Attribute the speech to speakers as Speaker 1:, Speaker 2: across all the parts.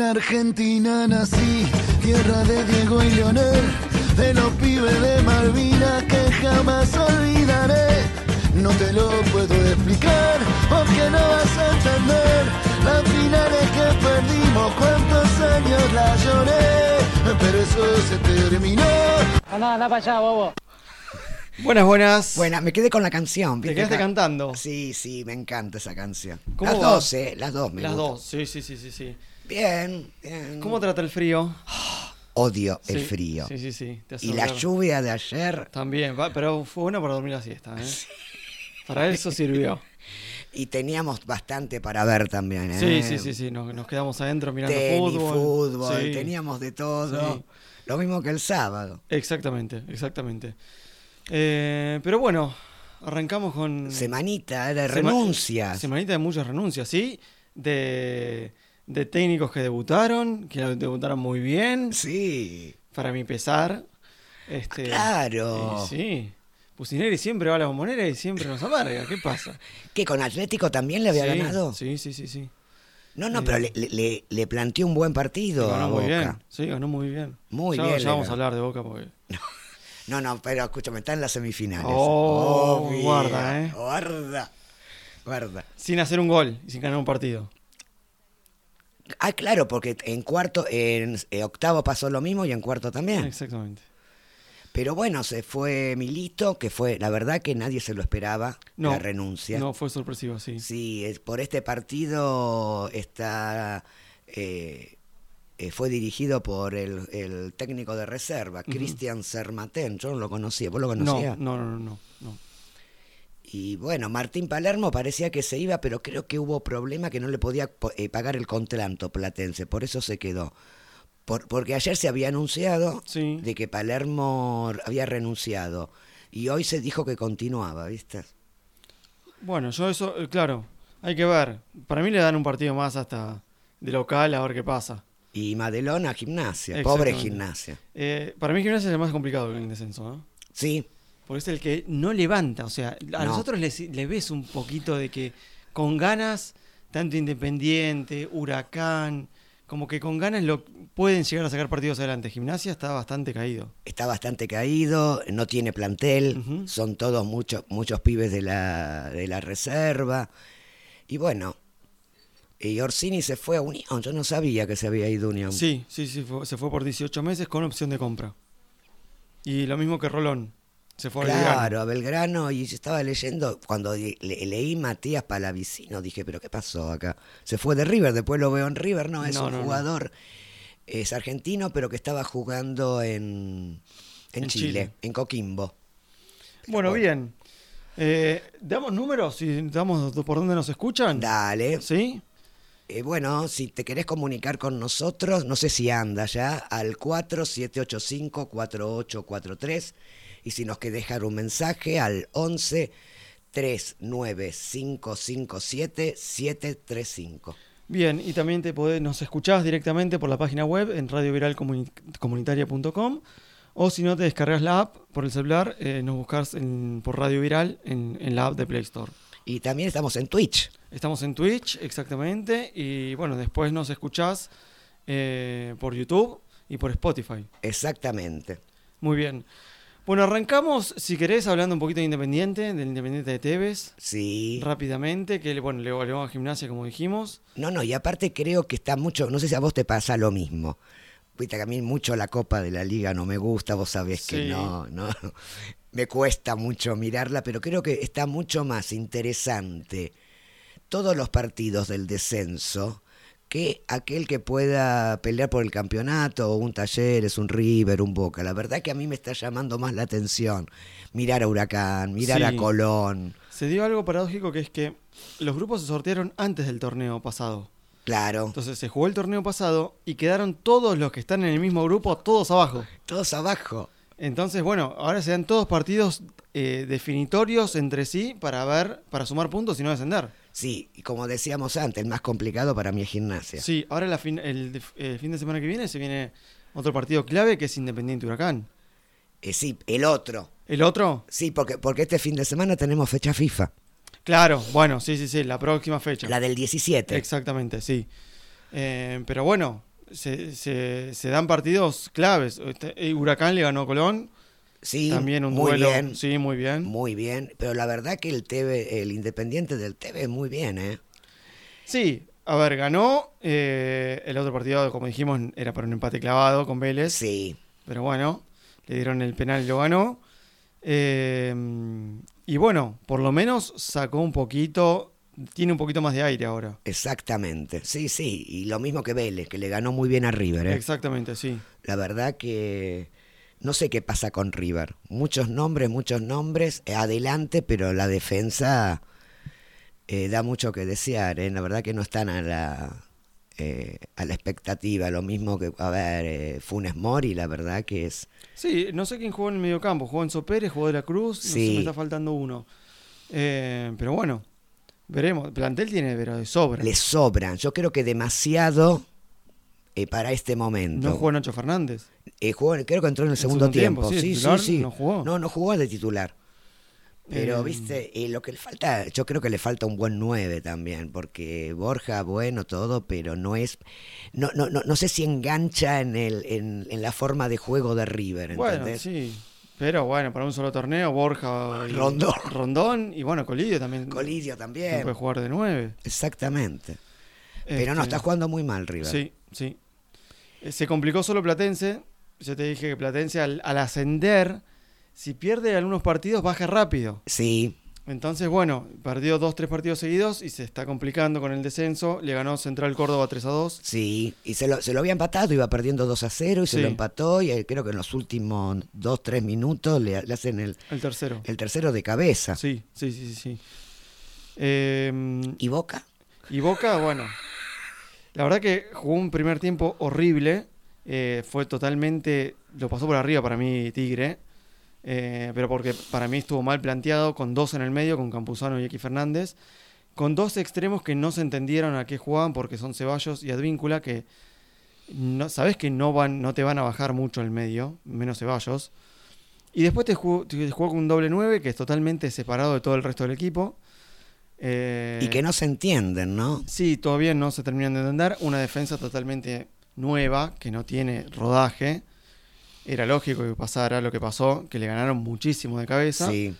Speaker 1: Argentina nací, tierra de Diego y Leonel, de los pibes de Malvinas que jamás olvidaré. No te lo puedo explicar, porque no vas a entender las finales que perdimos, cuántos años la lloré, pero eso se terminó.
Speaker 2: Anda, anda para allá, bobo.
Speaker 3: Buenas, buenas.
Speaker 4: Buena, me quedé con la canción.
Speaker 3: Te
Speaker 4: ¿viste?
Speaker 3: quedaste
Speaker 4: Ja-
Speaker 3: cantando.
Speaker 4: Sí, sí, me encanta esa canción.
Speaker 3: ¿Cómo
Speaker 4: las
Speaker 3: va?
Speaker 4: dos, eh, las dos me
Speaker 3: Las
Speaker 4: gustan.
Speaker 3: dos, sí, sí, sí, sí, sí.
Speaker 4: Bien, bien.
Speaker 3: ¿Cómo trata el frío?
Speaker 4: Odio el
Speaker 3: Sí,
Speaker 4: frío.
Speaker 3: Sí, sí, sí. te hace
Speaker 4: y la
Speaker 3: olvidar.
Speaker 4: lluvia de ayer
Speaker 3: También, va- pero fue bueno para dormir la siesta, ¿eh? Para eso sirvió.
Speaker 4: y teníamos bastante para ver también, ¿eh?
Speaker 3: Sí, sí, sí, sí. Nos, nos quedamos adentro mirando
Speaker 4: Tenis,
Speaker 3: fútbol.
Speaker 4: fútbol,
Speaker 3: Sí.
Speaker 4: teníamos de todo.
Speaker 3: Sí.
Speaker 4: Lo mismo que el sábado.
Speaker 3: Exactamente, exactamente. Eh, pero bueno, arrancamos con.
Speaker 4: Semanita eh, de
Speaker 3: Mm. sema-
Speaker 4: renuncias.
Speaker 3: Semanita de muchas renuncias, ¿sí? De, de técnicos que debutaron, que debutaron muy bien,
Speaker 4: Sí.
Speaker 3: para mi pesar. Este,
Speaker 4: Ah, Claro.
Speaker 3: y sí. Pusineri siempre va a la bombonera y siempre nos amarga. ¿Qué pasa?
Speaker 4: Que con Atlético también le había
Speaker 3: Sí,
Speaker 4: ganado.
Speaker 3: Sí, sí, sí, sí.
Speaker 4: No, no, pero le, le- le- le planteó un buen partido a
Speaker 3: ganó muy
Speaker 4: Boca.
Speaker 3: bien. Sí, ganó muy bien.
Speaker 4: Muy
Speaker 3: Ya-
Speaker 4: bien,
Speaker 3: Ya vamos
Speaker 4: Lega.
Speaker 3: a hablar de Boca porque.
Speaker 4: No, no, pero escúchame, está en las semifinales.
Speaker 3: Oh, guarda, eh.
Speaker 4: Guarda. Guarda.
Speaker 3: Sin hacer un gol y sin ganar un partido.
Speaker 4: Ah, claro, porque en cuarto, en eh, octavo pasó lo mismo y en cuarto también.
Speaker 3: Exactamente.
Speaker 4: Pero bueno, se fue Milito, que fue, la verdad que nadie se lo esperaba,
Speaker 3: No.
Speaker 4: la renuncia.
Speaker 3: No, fue sorpresivo, sí.
Speaker 4: Sí, es- por este partido está, eh, eh, fue dirigido por el, el técnico de reserva, Cristian Sermatén, yo no lo conocía, ¿vos lo
Speaker 3: No,
Speaker 4: conocías?
Speaker 3: no, no, no, no, no.
Speaker 4: Y bueno, Martín Palermo parecía que se iba, pero creo que hubo problema que no le podía po- eh, pagar el contrato platense, por eso se quedó. Por- porque ayer se había anunciado
Speaker 3: Sí.
Speaker 4: de que Palermo había renunciado y hoy se dijo que continuaba, ¿viste?
Speaker 3: Bueno, yo eso, eh, claro, hay que ver. Para mí le dan un partido más hasta de local a ver qué pasa.
Speaker 4: Y Madelona, gimnasia, pobre
Speaker 3: Exactamente.
Speaker 4: gimnasia.
Speaker 3: Eh, para mí Gimnasia es el más complicado que el descenso, ¿no?
Speaker 4: Sí,
Speaker 3: Porque es el que no levanta, o sea, a
Speaker 4: No.
Speaker 3: nosotros les, le ves un poquito de que con ganas, tanto Independiente, Huracán, como que con ganas lo pueden llegar a sacar partidos adelante. Gimnasia está bastante caído.
Speaker 4: está bastante caído, no tiene plantel,
Speaker 3: Ujú.
Speaker 4: son todos muchos, muchos pibes de la, de la reserva. Y bueno, y Orsini se fue a Unión, yo no sabía que se había ido a Unión.
Speaker 3: Sí, sí, sí, fue- se fue por 18 meses con opción de compra. Y lo mismo que Rolón, se fue a Belgrano.
Speaker 4: Claro, a Belgrano, y yo estaba leyendo, cuando le- le- leí Matías Palavicino, dije, pero ¿qué pasó acá? Se fue de River, después lo veo en River, no, es
Speaker 3: No,
Speaker 4: un
Speaker 3: no, no.
Speaker 4: jugador, es argentino, pero que estaba jugando en, en
Speaker 3: En
Speaker 4: Chile,
Speaker 3: Chile.
Speaker 4: en Coquimbo.
Speaker 3: Bueno, bien. Eh, ¿Damos números y damos do- por dónde nos escuchan?
Speaker 4: Dale.
Speaker 3: ¿Sí?
Speaker 4: Eh, bueno, si te querés comunicar con nosotros, no sé si anda ya, al 4785-4843. Y si nos querés dejar un mensaje, al 11 39557 735.
Speaker 3: Bien, y también te podés- nos escuchás directamente por la página web en radioviralcomunitaria.com o si no te descargas la app por el celular, eh, nos buscas en- por Radio Viral en, en la app de Play Store.
Speaker 4: Y también estamos en Twitch.
Speaker 3: Estamos en Twitch, exactamente, y bueno, después nos escuchás eh, por YouTube y por Spotify.
Speaker 4: Exactamente.
Speaker 3: Muy bien. Bueno, arrancamos, si querés, hablando un poquito de Independiente, del Independiente de Tevez,
Speaker 4: Sí.
Speaker 3: rápidamente, que le- bueno, le le vamos a gimnasia, como dijimos.
Speaker 4: No, no, y aparte creo que está mucho, no sé si a vos te pasa lo mismo. Viste que a mí mucho la Copa de la Liga no me gusta, vos sabés que
Speaker 3: Sí.
Speaker 4: no, no. Me cuesta mucho mirarla, pero creo que está mucho más interesante todos los partidos del descenso que aquel que pueda pelear por el campeonato, o un Talleres, un River, un Boca. La verdad que a mí me está llamando más la atención mirar a Huracán, mirar a
Speaker 3: Sí.
Speaker 4: Colón.
Speaker 3: Se dio algo paradójico que es que los grupos se sortearon antes del torneo pasado.
Speaker 4: Claro,
Speaker 3: Entonces se jugó el torneo pasado y quedaron todos los que están en el mismo grupo, todos abajo.
Speaker 4: todos abajo.
Speaker 3: Entonces, bueno, ahora se dan todos partidos eh, definitorios entre sí para ver, para sumar puntos y no descender.
Speaker 4: Sí, y como decíamos antes, el más complicado para mí es gimnasia.
Speaker 3: Sí, ahora la fin- el, def- el fin de semana que viene se viene otro partido clave que es Independiente Huracán.
Speaker 4: Eh, sí, el otro.
Speaker 3: ¿El otro?
Speaker 4: Sí, porque, porque este fin de semana tenemos fecha FIFA,
Speaker 3: Claro, bueno, sí, sí, sí, la próxima fecha.
Speaker 4: Este. la del 17.
Speaker 3: Exactamente, sí. Eh, pero bueno, se, se- se dan partidos claves. Este, eh, Huracán le ganó a Colón,
Speaker 4: Sí,
Speaker 3: también un
Speaker 4: muy
Speaker 3: duelo.
Speaker 4: bien,
Speaker 3: Sí, muy bien.
Speaker 4: muy bien. Pero la verdad que el TV, el Independiente del TV, muy bien, ¿eh?
Speaker 3: Sí, a ver, ganó. eh, el otro partido, como dijimos, era para un empate clavado con Vélez.
Speaker 4: Sí,
Speaker 3: Pero bueno, le dieron el penal y lo ganó. Eh, y bueno, por lo menos sacó un poquito, tiene un poquito más de aire ahora.
Speaker 4: exactamente. Sí, sí. Y lo mismo que Vélez, que le ganó muy bien a River, ¿eh?
Speaker 3: Exactamente, sí.
Speaker 4: La verdad que no sé qué pasa con River. Muchos nombres, muchos nombres, eh, adelante, pero la defensa eh, da mucho que desear. ¿eh? La verdad que no están a la, eh, a la expectativa. Lo mismo que, a ver, eh, Funes Mori, la verdad que es...
Speaker 3: Sí, no sé quién jugó en el mediocampo. Jugó Enzo Pérez, jugó de la Cruz. No sé,
Speaker 4: Sí.
Speaker 3: me está faltando uno. Eh, pero bueno, veremos. Plantel tiene, pero de sobra.
Speaker 4: Le sobran. Yo creo que demasiado eh, para este momento.
Speaker 3: No jugó Nacho Fernández.
Speaker 4: Eh, jugó- creo que entró en el segundo,
Speaker 3: segundo tiempo, sí,
Speaker 4: tiempo.
Speaker 3: de
Speaker 4: Sí, sí,
Speaker 3: titular
Speaker 4: sí.
Speaker 3: no jugó.
Speaker 4: No, no jugó de titular. Pero,
Speaker 3: Eh,
Speaker 4: viste, eh, lo que le falta, yo creo que le falta un buen 9 también, porque Borja, bueno, todo, pero no es. No, no, no, no sé si engancha en, el, en, en la forma de juego de River, ¿entendés?
Speaker 3: Bueno, sí. Pero bueno, para un solo torneo, Borja. y-
Speaker 4: Rondón.
Speaker 3: Rondón y bueno, Colidio también.
Speaker 4: Colidio
Speaker 3: que Puede
Speaker 4: también.
Speaker 3: jugar de nueve.
Speaker 4: Exactamente. Pero no,
Speaker 3: Este,
Speaker 4: está jugando muy mal River.
Speaker 3: Sí, sí. Eh, Se complicó solo Platense. Yo te dije que Platense al, al ascender, si pierde algunos partidos, baja rápido.
Speaker 4: Sí,
Speaker 3: Entonces, bueno, perdió dos, tres partidos seguidos y se está complicando con el descenso. Le ganó Central Córdoba 3 a 2.
Speaker 4: sí. Y se lo, se lo había empatado, iba perdiendo 2 a 0 y se
Speaker 3: Sí.
Speaker 4: lo empató. Y eh, creo que en los últimos 2, 3 minutos le, le hacen el,
Speaker 3: El tercero.
Speaker 4: el tercero de cabeza.
Speaker 3: Sí, sí, sí, sí, sí. Eh,
Speaker 4: ¿Y Boca?
Speaker 3: y Boca, bueno. La verdad que jugó un primer tiempo horrible. eh, fue totalmente. Lo pasó por arriba para mí Tigre. eh, pero porque para mí estuvo mal planteado, con dos en el medio, con Campuzano y X Fernández. Con dos extremos que no se entendieron a qué jugaban, porque son Ceballos y Advíncula, que no, sabes que no, van, no te van a bajar mucho el medio, menos Ceballos. Y después te jugó, te jugó con un doble 9 que es totalmente separado de todo el resto del equipo. Eh,
Speaker 4: Y que no se entienden, ¿no?
Speaker 3: Sí, todavía no se terminan de entender. Una defensa totalmente nueva, que no tiene rodaje. Era lógico que pasara lo que pasó, que le ganaron muchísimo de cabeza.
Speaker 4: Sí.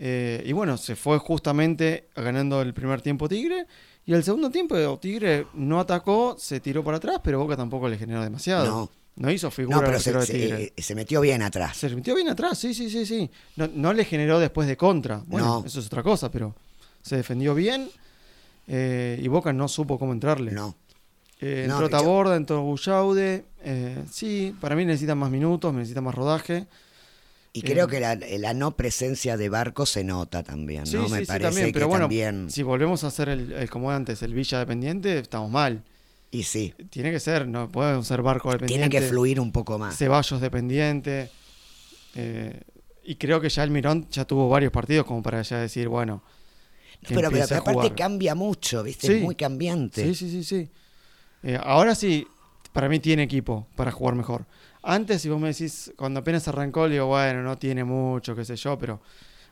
Speaker 3: Eh, y bueno, se fue justamente ganando el primer tiempo Tigre. Y el segundo tiempo Tigre no atacó, se tiró para atrás, pero Boca tampoco le generó demasiado.
Speaker 4: No.
Speaker 3: hizo figura
Speaker 4: No,
Speaker 3: al
Speaker 4: pero
Speaker 3: arquero
Speaker 4: se,
Speaker 3: de
Speaker 4: se-
Speaker 3: Tigre.
Speaker 4: eh, se metió bien atrás.
Speaker 3: Ah, Se metió bien atrás, sí, sí, sí, sí. No, no le generó después de contra. Bueno,
Speaker 4: No.
Speaker 3: eso es otra cosa, pero se defendió bien eh, y Boca no supo cómo entrarle.
Speaker 4: No.
Speaker 3: Eh,
Speaker 4: No,
Speaker 3: entró
Speaker 4: de hecho-
Speaker 3: Taborda, entró Bullaude. eh, sí, para mí necesitan más minutos, necesitan más rodaje.
Speaker 4: Y
Speaker 3: Eh,
Speaker 4: creo que la, la no presencia de barco se nota también,
Speaker 3: Sí,
Speaker 4: ¿no?
Speaker 3: sí,
Speaker 4: Me
Speaker 3: sí,
Speaker 4: parece
Speaker 3: también,
Speaker 4: que
Speaker 3: pero bueno,
Speaker 4: también.
Speaker 3: si volvemos a hacer el, el como antes, el Villa Dependiente, estamos mal.
Speaker 4: Y sí,
Speaker 3: Tiene que ser, no puede ser barco dependiente.
Speaker 4: tiene que fluir un poco más.
Speaker 3: Ceballos dependiente. eh, y creo que ya el Mirón ya tuvo varios partidos como para ya decir, bueno. que
Speaker 4: pero, pero
Speaker 3: empiece a
Speaker 4: aparte
Speaker 3: jugar.
Speaker 4: cambia mucho, ¿viste?
Speaker 3: Sí.
Speaker 4: Es muy cambiante.
Speaker 3: Sí, sí, sí, sí. Eh, ahora sí, para mí tiene equipo para jugar mejor. Antes, si vos me decís, cuando apenas arrancó, le digo, bueno, no tiene mucho, qué sé yo, pero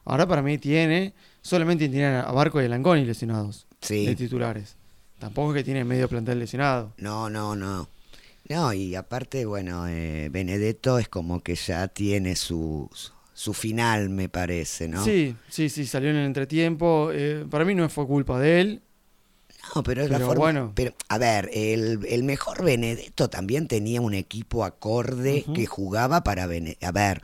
Speaker 3: ahora para mí tiene, solamente tiene a Barco y a Langoni lesionados
Speaker 4: Sí.
Speaker 3: de titulares. Tampoco es que tiene medio plantel lesionado.
Speaker 4: No, no, no. No, y aparte, bueno, eh, Benedetto es como que ya tiene su, su final, me parece, ¿no?
Speaker 3: Sí, sí, sí, salió en el entretiempo. eh, para mí no fue culpa de él.
Speaker 4: No, pero es
Speaker 3: Pero
Speaker 4: la forma.
Speaker 3: bueno.
Speaker 4: Pero, a ver, el, el mejor Benedetto también tenía un equipo acorde que jugaba para. Bene- a ver,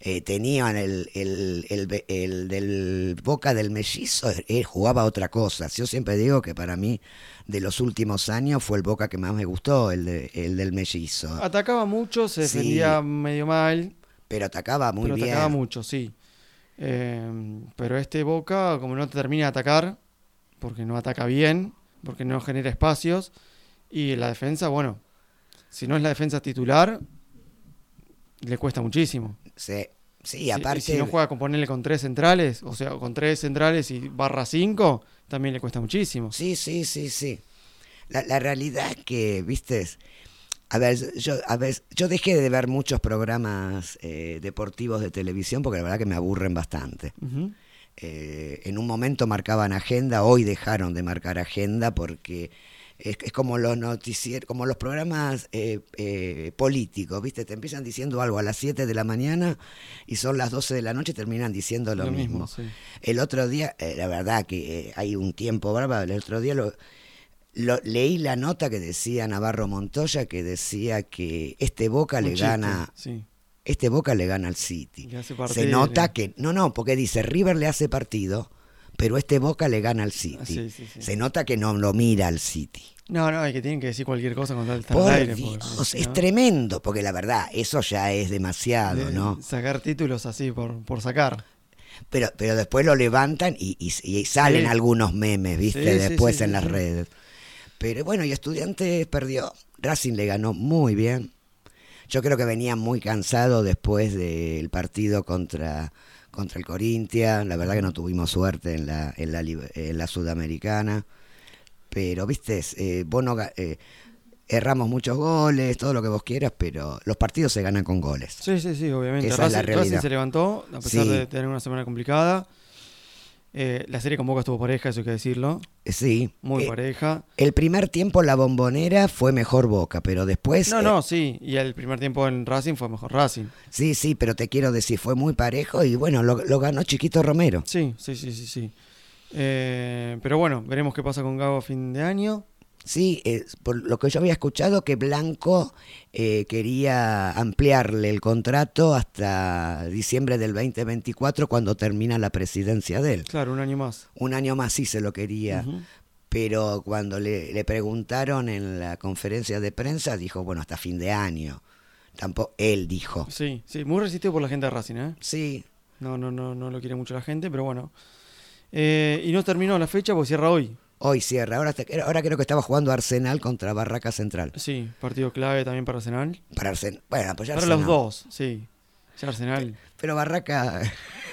Speaker 4: eh, tenían el, el, el, be- el del Boca del Mellizo, él jugaba otra cosa. Yo siempre digo que para mí, de los últimos años, fue el Boca que más me gustó, el, de- el del Mellizo.
Speaker 3: Ah. Atacaba mucho, se
Speaker 4: Sí.
Speaker 3: defendía medio mal,
Speaker 4: Pero atacaba muy
Speaker 3: pero
Speaker 4: bien.
Speaker 3: atacaba mucho, sí. Eh, pero este Boca, como no te termina de atacar, porque no ataca bien, porque no genera espacios, y la defensa, bueno, si no es la defensa titular, le cuesta muchísimo.
Speaker 4: Sí, sí,
Speaker 3: Si-
Speaker 4: aparte.
Speaker 3: si no juega con ponerle con tres centrales, o sea, con tres centrales y barra cinco, también le cuesta muchísimo.
Speaker 4: Sí, sí, sí, sí. La, la realidad es que, viste, a ver, yo, a ver, yo dejé de ver muchos programas eh, deportivos de televisión porque la verdad que me aburren bastante.
Speaker 3: Ujú.
Speaker 4: Eh, en un momento marcaban agenda, hoy dejaron de marcar agenda porque es, es como los noticieros, como los programas eh, eh, políticos, ¿viste? Te empiezan diciendo algo a las 7 de la mañana y son las 12 de la noche y terminan diciendo lo,
Speaker 3: Lo mismo,
Speaker 4: mismo.
Speaker 3: sí.
Speaker 4: El otro día, eh, la verdad que eh, hay un tiempo bárbaro, el otro día lo, lo- leí la nota que decía Navarro Montoya que decía que este Boca
Speaker 3: Un
Speaker 4: le
Speaker 3: chiste,
Speaker 4: gana
Speaker 3: Sí.
Speaker 4: este Boca le gana al City.
Speaker 3: Le hace
Speaker 4: Se
Speaker 3: partido.
Speaker 4: nota que. No, no, porque dice River le hace partido, pero este Boca le gana al City.
Speaker 3: Ah, sí, sí, sí.
Speaker 4: Se nota que no lo mira al City.
Speaker 3: No, no, hay que tienen que decir cualquier cosa con tal de estar
Speaker 4: Por
Speaker 3: al aire. porque
Speaker 4: Dios,
Speaker 3: si
Speaker 4: es
Speaker 3: no,
Speaker 4: tremendo, porque la verdad, eso ya es demasiado,
Speaker 3: de-
Speaker 4: ¿no?
Speaker 3: Sacar títulos así por, por sacar.
Speaker 4: Pero, pero después lo levantan y, y- y salen
Speaker 3: Sí.
Speaker 4: algunos memes, ¿viste?
Speaker 3: Sí, sí,
Speaker 4: después
Speaker 3: sí,
Speaker 4: en
Speaker 3: sí,
Speaker 4: las
Speaker 3: sí.
Speaker 4: redes. Pero bueno, y Estudiantes perdió. Racing le ganó muy bien. Yo creo que venía muy cansado después del partido contra, contra el Corinthians. La verdad que no tuvimos suerte en la, en la, libe- en la Sudamericana. Pero, viste, eh, vos no ga- eh, erramos muchos goles, todo lo que vos quieras, pero los partidos se ganan con goles.
Speaker 3: Sí, sí, sí, obviamente.
Speaker 4: Esa es la
Speaker 3: Racing,
Speaker 4: realidad.
Speaker 3: Racing se levantó, a pesar
Speaker 4: Sí.
Speaker 3: de tener una semana complicada. Eh, la serie con Boca estuvo pareja, eso hay que decirlo.
Speaker 4: Sí.
Speaker 3: Muy
Speaker 4: Eh,
Speaker 3: pareja.
Speaker 4: El primer tiempo la bombonera fue mejor Boca, pero después...
Speaker 3: No,
Speaker 4: eh,
Speaker 3: no, sí. Y el primer tiempo en Racing fue mejor Racing.
Speaker 4: sí, sí, pero te quiero decir, fue muy parejo y bueno, lo, lo ganó Chiquito Romero.
Speaker 3: Sí, sí, sí, sí, sí. Eh, pero bueno, veremos qué pasa con Gago a fin de año.
Speaker 4: Sí, eh, por lo que yo había escuchado que Blanco eh, quería ampliarle el contrato hasta diciembre del 2024 cuando termina la presidencia de él.
Speaker 3: Claro, un año más.
Speaker 4: Un año más sí se lo quería,
Speaker 3: Ujú.
Speaker 4: pero cuando le, le preguntaron en la conferencia de prensa dijo, bueno, hasta fin de año. Tampoco él dijo.
Speaker 3: Sí, sí, muy resistido por la gente de Racing, ¿eh?
Speaker 4: Sí,
Speaker 3: No, no, no, no lo quiere mucho la gente, pero bueno. Eh, y no terminó la fecha porque cierra hoy.
Speaker 4: Hoy cierra. Ahora, te- ahora creo que estaba jugando Arsenal contra Barraca Central.
Speaker 3: Sí, partido clave también para Arsenal.
Speaker 4: Para Arsenal. Bueno, apoyar
Speaker 3: Para los dos, sí. Ya Arsenal.
Speaker 4: Pero Barraca.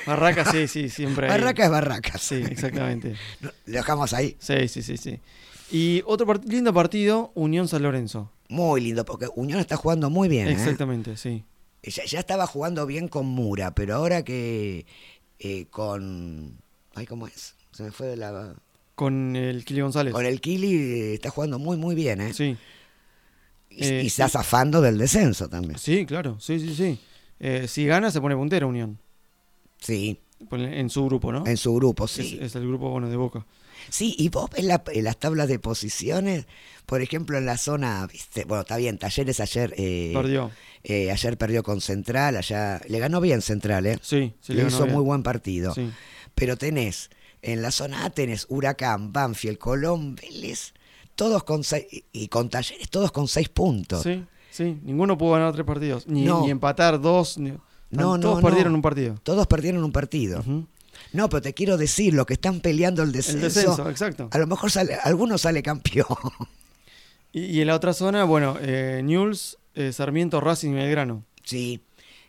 Speaker 3: Barraca, sí, sí, siempre. ahí.
Speaker 4: Barraca es Barraca.
Speaker 3: Sí, exactamente.
Speaker 4: No, Lo dejamos ahí.
Speaker 3: Sí, sí, sí, sí. Y otro part- lindo partido, Unión San Lorenzo.
Speaker 4: Muy lindo, porque Unión está jugando muy bien. ¿eh?
Speaker 3: Exactamente, sí.
Speaker 4: Ya, ya estaba jugando bien con Mura, pero ahora que. eh, con. Ay, ¿cómo es? Se me fue de la.
Speaker 3: Con el Kili González.
Speaker 4: Con el Kili eh, está jugando muy, muy bien, ¿eh?
Speaker 3: Sí.
Speaker 4: Y,
Speaker 3: Eh,
Speaker 4: y está zafando del descenso también.
Speaker 3: Sí, claro, sí, sí, sí. Eh, si gana, se pone puntero Unión.
Speaker 4: Sí,
Speaker 3: Ponle- En su grupo, ¿no?
Speaker 4: en su grupo, sí.
Speaker 3: Es, es el grupo, bueno, de Boca.
Speaker 4: Sí, y vos ves la- en las tablas de posiciones, por ejemplo, en la zona, viste, bueno, está bien, Talleres ayer eh,
Speaker 3: Perdió.
Speaker 4: eh, ayer perdió con Central, allá le ganó bien Central, ¿eh?
Speaker 3: Sí, se
Speaker 4: le
Speaker 3: ganó
Speaker 4: hizo
Speaker 3: bien.
Speaker 4: muy buen partido.
Speaker 3: Sí.
Speaker 4: Pero tenés, en la zona A tenés Huracán, Banfield, Colón, Vélez, todos con seis, y- y con Talleres, todos con seis puntos.
Speaker 3: Sí, sí. Ninguno pudo ganar tres partidos. Ni,
Speaker 4: No.
Speaker 3: ni empatar dos. ni-
Speaker 4: No,
Speaker 3: todos
Speaker 4: no,
Speaker 3: perdieron
Speaker 4: no.
Speaker 3: un partido.
Speaker 4: Todos perdieron un partido.
Speaker 3: Ujú.
Speaker 4: No, pero te quiero decir, los que están peleando el descenso,
Speaker 3: El descenso, exacto.
Speaker 4: a lo mejor sale, alguno sale campeón.
Speaker 3: Y, y en la otra zona, bueno, eh, Newell's, eh, Sarmiento, Racing y Belgrano.
Speaker 4: Sí.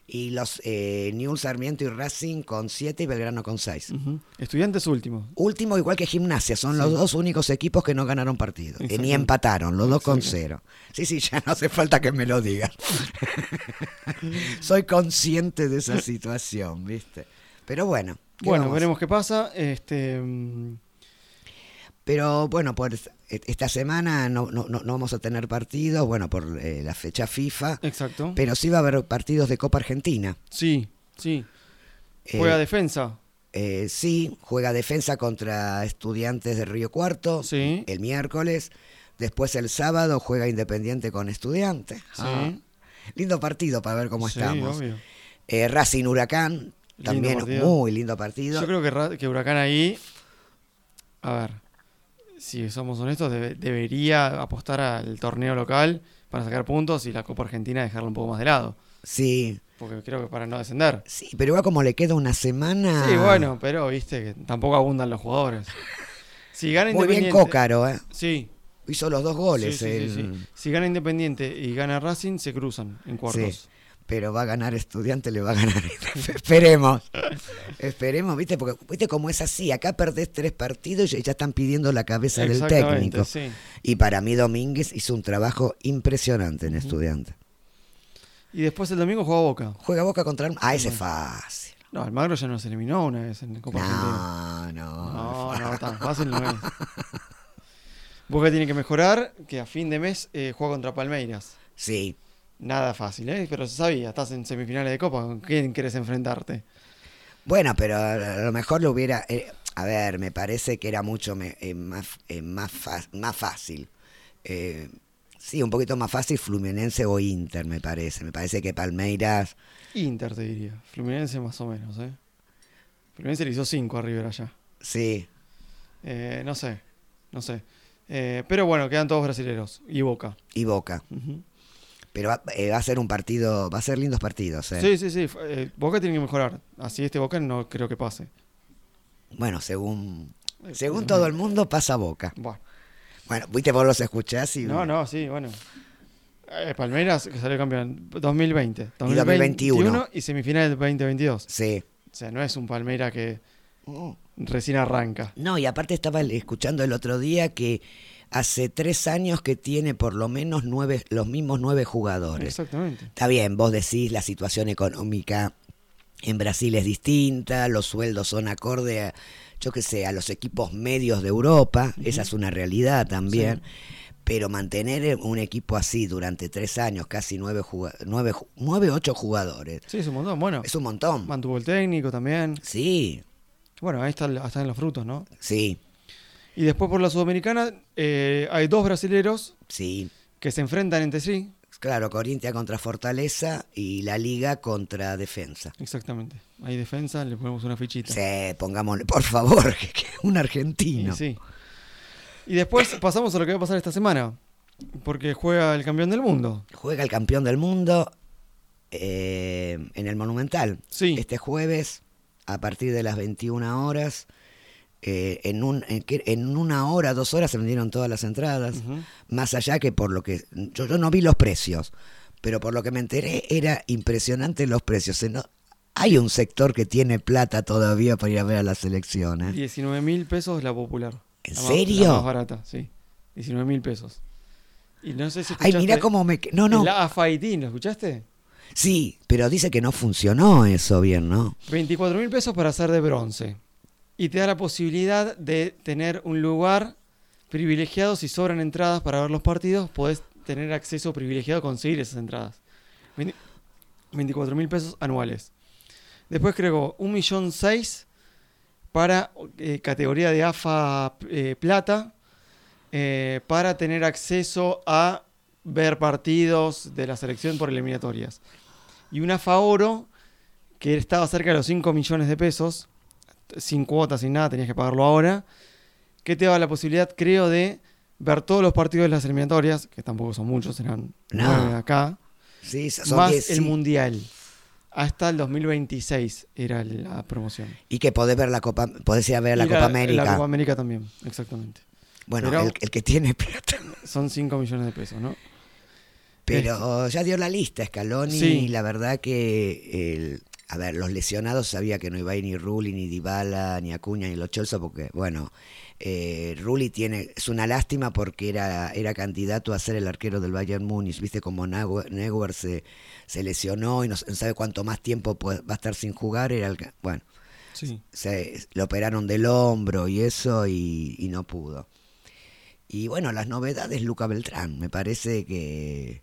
Speaker 4: Y los eh, Newell's, Sarmiento y Racing con 7 y Belgrano con 6.
Speaker 3: Ujú. Estudiantes últimos.
Speaker 4: Último, igual que Gimnasia, son los dos únicos equipos que no ganaron partido. eh, ni
Speaker 3: Exactamente.
Speaker 4: empataron, los dos con cero. Sí, sí, ya no hace falta que me lo digas. Soy consciente de esa situación, ¿viste? Pero bueno. ¿qué
Speaker 3: Bueno,
Speaker 4: vamos a
Speaker 3: veremos qué pasa. Este, mm,
Speaker 4: Pero bueno, por es- esta semana no, no, no- no vamos a tener partidos, bueno, por eh, la fecha FIFA,
Speaker 3: exacto.
Speaker 4: pero sí va a haber partidos de Copa Argentina.
Speaker 3: Sí, sí.
Speaker 4: Eh,
Speaker 3: Juega defensa.
Speaker 4: eh, sí, juega defensa contra estudiantes de Río Cuarto
Speaker 3: Sí.
Speaker 4: el miércoles. Después el sábado juega Independiente con estudiantes.
Speaker 3: Sí.
Speaker 4: Ah, lindo partido para ver cómo
Speaker 3: Sí,
Speaker 4: estamos.
Speaker 3: obvio.
Speaker 4: Eh, Racing Huracán,
Speaker 3: Lindo
Speaker 4: también
Speaker 3: partido.
Speaker 4: muy lindo partido.
Speaker 3: Yo creo que, Ra- que Huracán ahí. A ver. Si somos honestos, debe- debería apostar al torneo local para sacar puntos y la Copa Argentina dejarla un poco más de lado.
Speaker 4: Sí,
Speaker 3: Porque creo que para no descender.
Speaker 4: sí, pero igual como le queda una semana.
Speaker 3: Sí, bueno, pero viste que tampoco abundan los jugadores. Si gana
Speaker 4: Muy bien
Speaker 3: Independiente-
Speaker 4: Cócaro, ¿eh?
Speaker 3: Sí.
Speaker 4: Hizo los dos
Speaker 3: sí,
Speaker 4: goles.
Speaker 3: sí, sí,
Speaker 4: el-
Speaker 3: sí. Si gana Independiente y gana Racing, se cruzan en cuartos.
Speaker 4: Sí, Pero va a ganar estudiante, le va a ganar. Esperemos. Esperemos, ¿viste? Porque, ¿viste cómo es así? Acá perdés tres partidos y ya están pidiendo la cabeza del técnico.
Speaker 3: sí.
Speaker 4: Y para mí Domínguez hizo un trabajo impresionante en estudiante.
Speaker 3: Y después el domingo juega Boca.
Speaker 4: Juega Boca contra... Alm- Ah, ese es fácil.
Speaker 3: No, Almagro ya nos eliminó una vez en Copa Argentina.
Speaker 4: No,
Speaker 3: No,
Speaker 4: no.
Speaker 3: no, tan fácil no es. Boca tiene que mejorar, que a fin de mes eh, juega contra Palmeiras.
Speaker 4: Sí,
Speaker 3: Nada fácil, ¿eh? Pero se sabía, estás en semifinales de Copa, ¿con quién querés enfrentarte?
Speaker 4: Bueno, pero a lo mejor lo hubiera. eh, a ver, me parece que era mucho me- eh, más, eh, más, fa- más fácil. Eh, sí, un poquito más fácil Fluminense o Inter, me parece. Me parece que Palmeiras.
Speaker 3: Inter, te diría. Fluminense más o menos, ¿eh? Fluminense le hizo 5 a River allá.
Speaker 4: Sí,
Speaker 3: Eh, no sé, no sé. Eh, pero bueno, quedan todos brasileros y Boca.
Speaker 4: y Boca.
Speaker 3: Ujú.
Speaker 4: Pero va, eh, va a ser un partido. Va a ser lindos partidos, ¿eh?
Speaker 3: Sí, sí, sí. f- eh, Boca tiene que mejorar. Así este Boca no creo que pase.
Speaker 4: Bueno, según.
Speaker 3: Eh,
Speaker 4: Según
Speaker 3: eh,
Speaker 4: todo el mundo, pasa Boca.
Speaker 3: Bueno.
Speaker 4: Bueno, viste, vos los escuchás y.
Speaker 3: No, no, sí, bueno. Eh, Palmeiras, que salió campeón 2020,
Speaker 4: 2021.
Speaker 3: 2021 y semifinales del 2022.
Speaker 4: Sí.
Speaker 3: O sea, no es un Palmeiras que Mm. recién arranca.
Speaker 4: No, y aparte estaba escuchando el otro día que hace tres años que tiene por lo menos nueve, los mismos nueve jugadores.
Speaker 3: Exactamente.
Speaker 4: Está bien, vos decís la situación económica en Brasil es distinta, los sueldos son acorde a, yo qué sé, a los equipos medios de Europa, esa es una realidad también. Pero mantener un equipo así durante tres años, casi nueve, juga- nueve, ju- nueve, ocho jugadores,
Speaker 3: Sí, es un montón. Bueno,
Speaker 4: es un montón.
Speaker 3: mantuvo el técnico también.
Speaker 4: Sí,
Speaker 3: Bueno, ahí están, están los frutos, ¿no?
Speaker 4: sí,
Speaker 3: Y después por la Sudamericana eh, hay dos brasileros
Speaker 4: sí.
Speaker 3: que se enfrentan entre sí.
Speaker 4: Claro, Corintia contra Fortaleza y la Liga contra Defensa.
Speaker 3: Exactamente. Hay defensa, le ponemos una fichita.
Speaker 4: Sí, pongámosle, por favor, que, que un
Speaker 3: Y
Speaker 4: argentino.
Speaker 3: sí. Y después pasamos a lo que va a pasar esta semana. Porque juega el campeón del mundo.
Speaker 4: Juega el campeón del mundo eh, en el Monumental.
Speaker 3: Sí.
Speaker 4: Este jueves, a partir de las 21 horas, eh, en, un, en, que- en una hora, dos horas se vendieron todas las entradas.
Speaker 3: Ujú.
Speaker 4: Más allá que por lo que. Yo, yo no vi los precios, pero por lo que me enteré, era impresionante los precios. Se no- hay un sector que tiene plata todavía para ir a ver a la selección. ¿eh?
Speaker 3: 19 mil pesos la popular.
Speaker 4: ¿En
Speaker 3: La más-
Speaker 4: serio?
Speaker 3: La más barata, sí. 19 mil pesos. Y no sé si
Speaker 4: Ay,
Speaker 3: escuchaste
Speaker 4: mira cómo me. No, no.
Speaker 3: El AFAITIN, ¿lo escuchaste?
Speaker 4: Sí, pero dice que no funcionó eso bien, ¿no?
Speaker 3: 24 mil pesos para ser de bronce. Y te da la posibilidad de tener un lugar privilegiado. Si sobran entradas para ver los partidos, podés tener acceso privilegiado a conseguir esas entradas. 24 mil pesos anuales. Después creo un millón seis para eh, categoría de AFA eh, plata eh, para tener acceso a ver partidos de la selección por eliminatorias. Y un AFA oro que estaba cerca de los 5 millones de pesos, sin cuotas, sin nada, tenías que pagarlo ahora, que te daba la posibilidad, creo, de ver todos los partidos de las eliminatorias, que tampoco son muchos, eran
Speaker 4: No.
Speaker 3: nueve acá,
Speaker 4: Sí, son
Speaker 3: más
Speaker 4: 10,
Speaker 3: el
Speaker 4: sí.
Speaker 3: mundial. Hasta el 2026 era la promoción.
Speaker 4: Y que podés ver la Copa, podés ir a ver la
Speaker 3: Y
Speaker 4: Copa América.
Speaker 3: La Copa América también, exactamente.
Speaker 4: Bueno,
Speaker 3: Pero-
Speaker 4: el, el que tiene plata.
Speaker 3: Son 5 millones de pesos, ¿no?
Speaker 4: Pero ya dio la lista Scaloni
Speaker 3: Sí.
Speaker 4: y la verdad que el- a ver, los lesionados sabía que no iba a ir ni Rulli, ni Dybala, ni Acuña, ni Lo Celso, porque bueno, eh, Rulli tiene, es una lástima porque era, era candidato a ser el arquero del Bayern Múnich, viste como Nagüe- Neuer se, se lesionó y no, s- no sabe cuánto más tiempo puede- va a estar sin jugar, era el ca- bueno,
Speaker 3: Sí.
Speaker 4: se lo operaron del hombro y eso y, y no pudo. Y bueno, las novedades, Luca Beltrán, me parece que...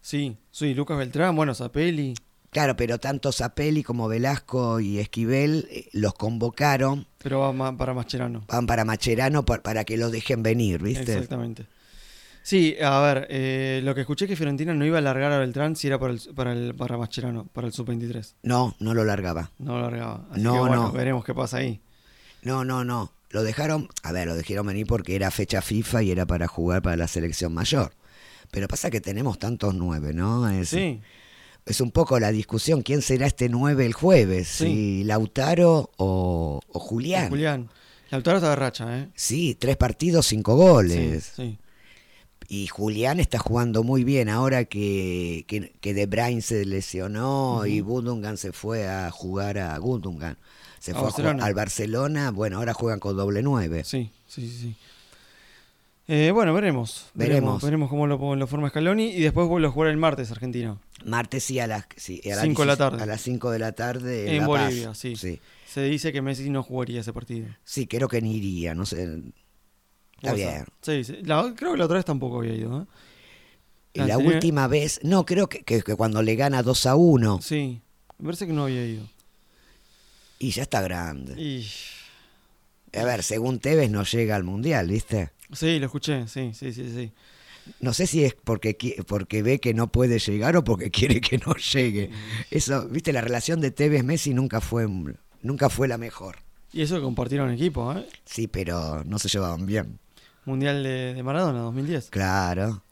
Speaker 3: Sí, sí, Lucas Beltrán, bueno, Zapelli.
Speaker 4: Claro, pero tanto Zapelli como Velasco y Esquivel eh, los convocaron,
Speaker 3: Pero va ma- para Mascherano.
Speaker 4: van para Macherano por- para que los dejen venir, ¿viste?
Speaker 3: Exactamente. Sí, a ver, eh, lo que escuché es que Fiorentina no iba a largar a Beltrán si era para, el, para, el, para Mascherano, para el sub-23.
Speaker 4: No, no lo largaba.
Speaker 3: No lo largaba. Así
Speaker 4: No,
Speaker 3: que bueno,
Speaker 4: no.
Speaker 3: veremos qué pasa ahí.
Speaker 4: No, no, no. Lo dejaron, a ver, lo dejaron venir porque era fecha FIFA y era para jugar para la selección mayor. Pero pasa que tenemos tantos nueve, ¿no? Es,
Speaker 3: Sí,
Speaker 4: es un poco la discusión, ¿quién será este nueve el jueves?
Speaker 3: Sí.
Speaker 4: ¿Si Lautaro o, o Julián?
Speaker 3: Julián. Lautaro está de racha, ¿eh?
Speaker 4: Sí, tres partidos, cinco
Speaker 3: Sí,
Speaker 4: goles.
Speaker 3: sí.
Speaker 4: Y Julián está jugando muy bien ahora que, que, que De Bruyne se lesionó y Gundogan se fue a jugar a Gundogan. Se
Speaker 3: A
Speaker 4: fue a jugar
Speaker 3: Barcelona.
Speaker 4: al Barcelona. Bueno, ahora juegan con doble nueve.
Speaker 3: Sí, sí, sí. sí. Eh, bueno, veremos.
Speaker 4: Veremos.
Speaker 3: Veremos, veremos cómo lo, lo forma Scaloni y después vuelve a jugar el martes Argentina.
Speaker 4: Martes sí a las, sí, a las
Speaker 3: Cinco de la
Speaker 4: 16
Speaker 3: tarde.
Speaker 4: A las 5 de la tarde. En,
Speaker 3: En
Speaker 4: La Paz.
Speaker 3: Bolivia, sí.
Speaker 4: sí.
Speaker 3: Se dice que Messi no jugaría ese partido.
Speaker 4: Sí, creo que ni iría, no sé. Está
Speaker 3: Puede
Speaker 4: bien.
Speaker 3: ser. Sí, sí. La- creo que la otra vez tampoco había ido. ¿eh?
Speaker 4: Y la
Speaker 3: anterior-
Speaker 4: última vez, no, creo que, que- que cuando le gana 2 a 1
Speaker 3: Sí, me parece que no había ido.
Speaker 4: y ya está grande.
Speaker 3: Y...
Speaker 4: A ver, según Tevez no llega al mundial, ¿viste?
Speaker 3: Sí, lo escuché, sí, sí, sí, sí.
Speaker 4: No sé si es porque, qui- porque ve que no puede llegar o porque quiere que no llegue. Eso, viste, la relación de Tevez Messi nunca fue, nunca fue la mejor.
Speaker 3: Y eso que compartieron equipo, ¿eh?
Speaker 4: Sí, pero no se llevaban bien.
Speaker 3: Mundial de, de Maradona 2010.
Speaker 4: Claro.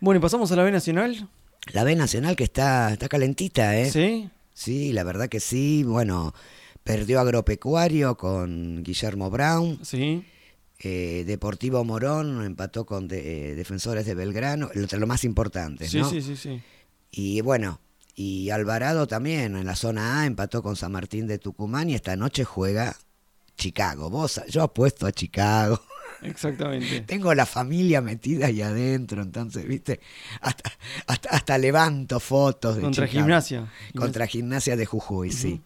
Speaker 3: Bueno, y pasamos a la B Nacional.
Speaker 4: La B Nacional que está, está calentita, ¿eh?
Speaker 3: Sí.
Speaker 4: Sí, la verdad que sí. Bueno, perdió Agropecuario con Guillermo Brown.
Speaker 3: Sí.
Speaker 4: Eh, Deportivo Morón empató con de- eh, Defensores de Belgrano, entre lo más importante,
Speaker 3: Sí,
Speaker 4: ¿no?
Speaker 3: sí, sí, sí.
Speaker 4: Y bueno, y Alvarado también en la zona A empató con San Martín de Tucumán y esta noche juega Chicago. Vos, yo apuesto a Chicago.
Speaker 3: Exactamente.
Speaker 4: Tengo la familia metida ahí adentro, entonces, viste, hasta, hasta, hasta levanto fotos de
Speaker 3: Contra
Speaker 4: Chicago.
Speaker 3: Gimnasia.
Speaker 4: Contra gimnasia de Jujuy, sí.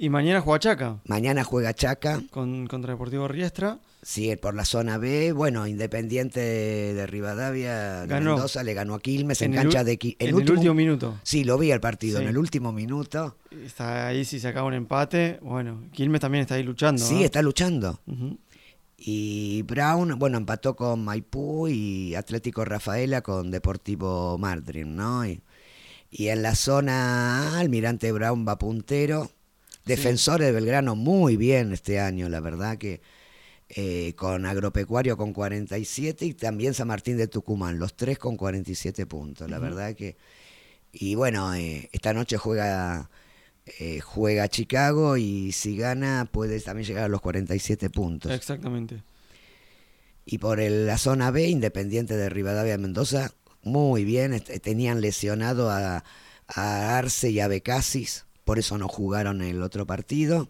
Speaker 3: Y mañana juega Chaca
Speaker 4: Mañana juega Chaca,
Speaker 3: con, contra Deportivo Riestra.
Speaker 4: sí, por la zona B. Bueno, Independiente de Rivadavia, de
Speaker 3: Ganó.
Speaker 4: Mendoza, le ganó a Quilmes en,
Speaker 3: el
Speaker 4: cancha
Speaker 3: ul-
Speaker 4: de Qui-
Speaker 3: en el último minuto.
Speaker 4: Sí, lo vi el partido,
Speaker 3: Sí.
Speaker 4: en el último minuto.
Speaker 3: Está ahí si se acaba un empate. Bueno, Quilmes también está ahí luchando.
Speaker 4: Sí,
Speaker 3: ¿no?
Speaker 4: está luchando.
Speaker 3: Ujú.
Speaker 4: Y Brown, bueno, empató con Maipú y Atlético Rafaela con Deportivo Martrin, ¿no? Y, y en la zona A, Almirante Brown va puntero. Defensores de Belgrano muy bien este año, la verdad que eh, con Agropecuario con 47 y también San Martín de Tucumán, los tres con 47 puntos, la verdad que... Y bueno, eh, esta noche juega... eh, juega Chicago y si gana puede también llegar a los 47 puntos.
Speaker 3: Exactamente.
Speaker 4: Y por el- la zona B, Independiente de Rivadavia de Mendoza, muy bien. este, Tenían lesionado a, a Arce y a Becasis, por eso no jugaron el otro partido.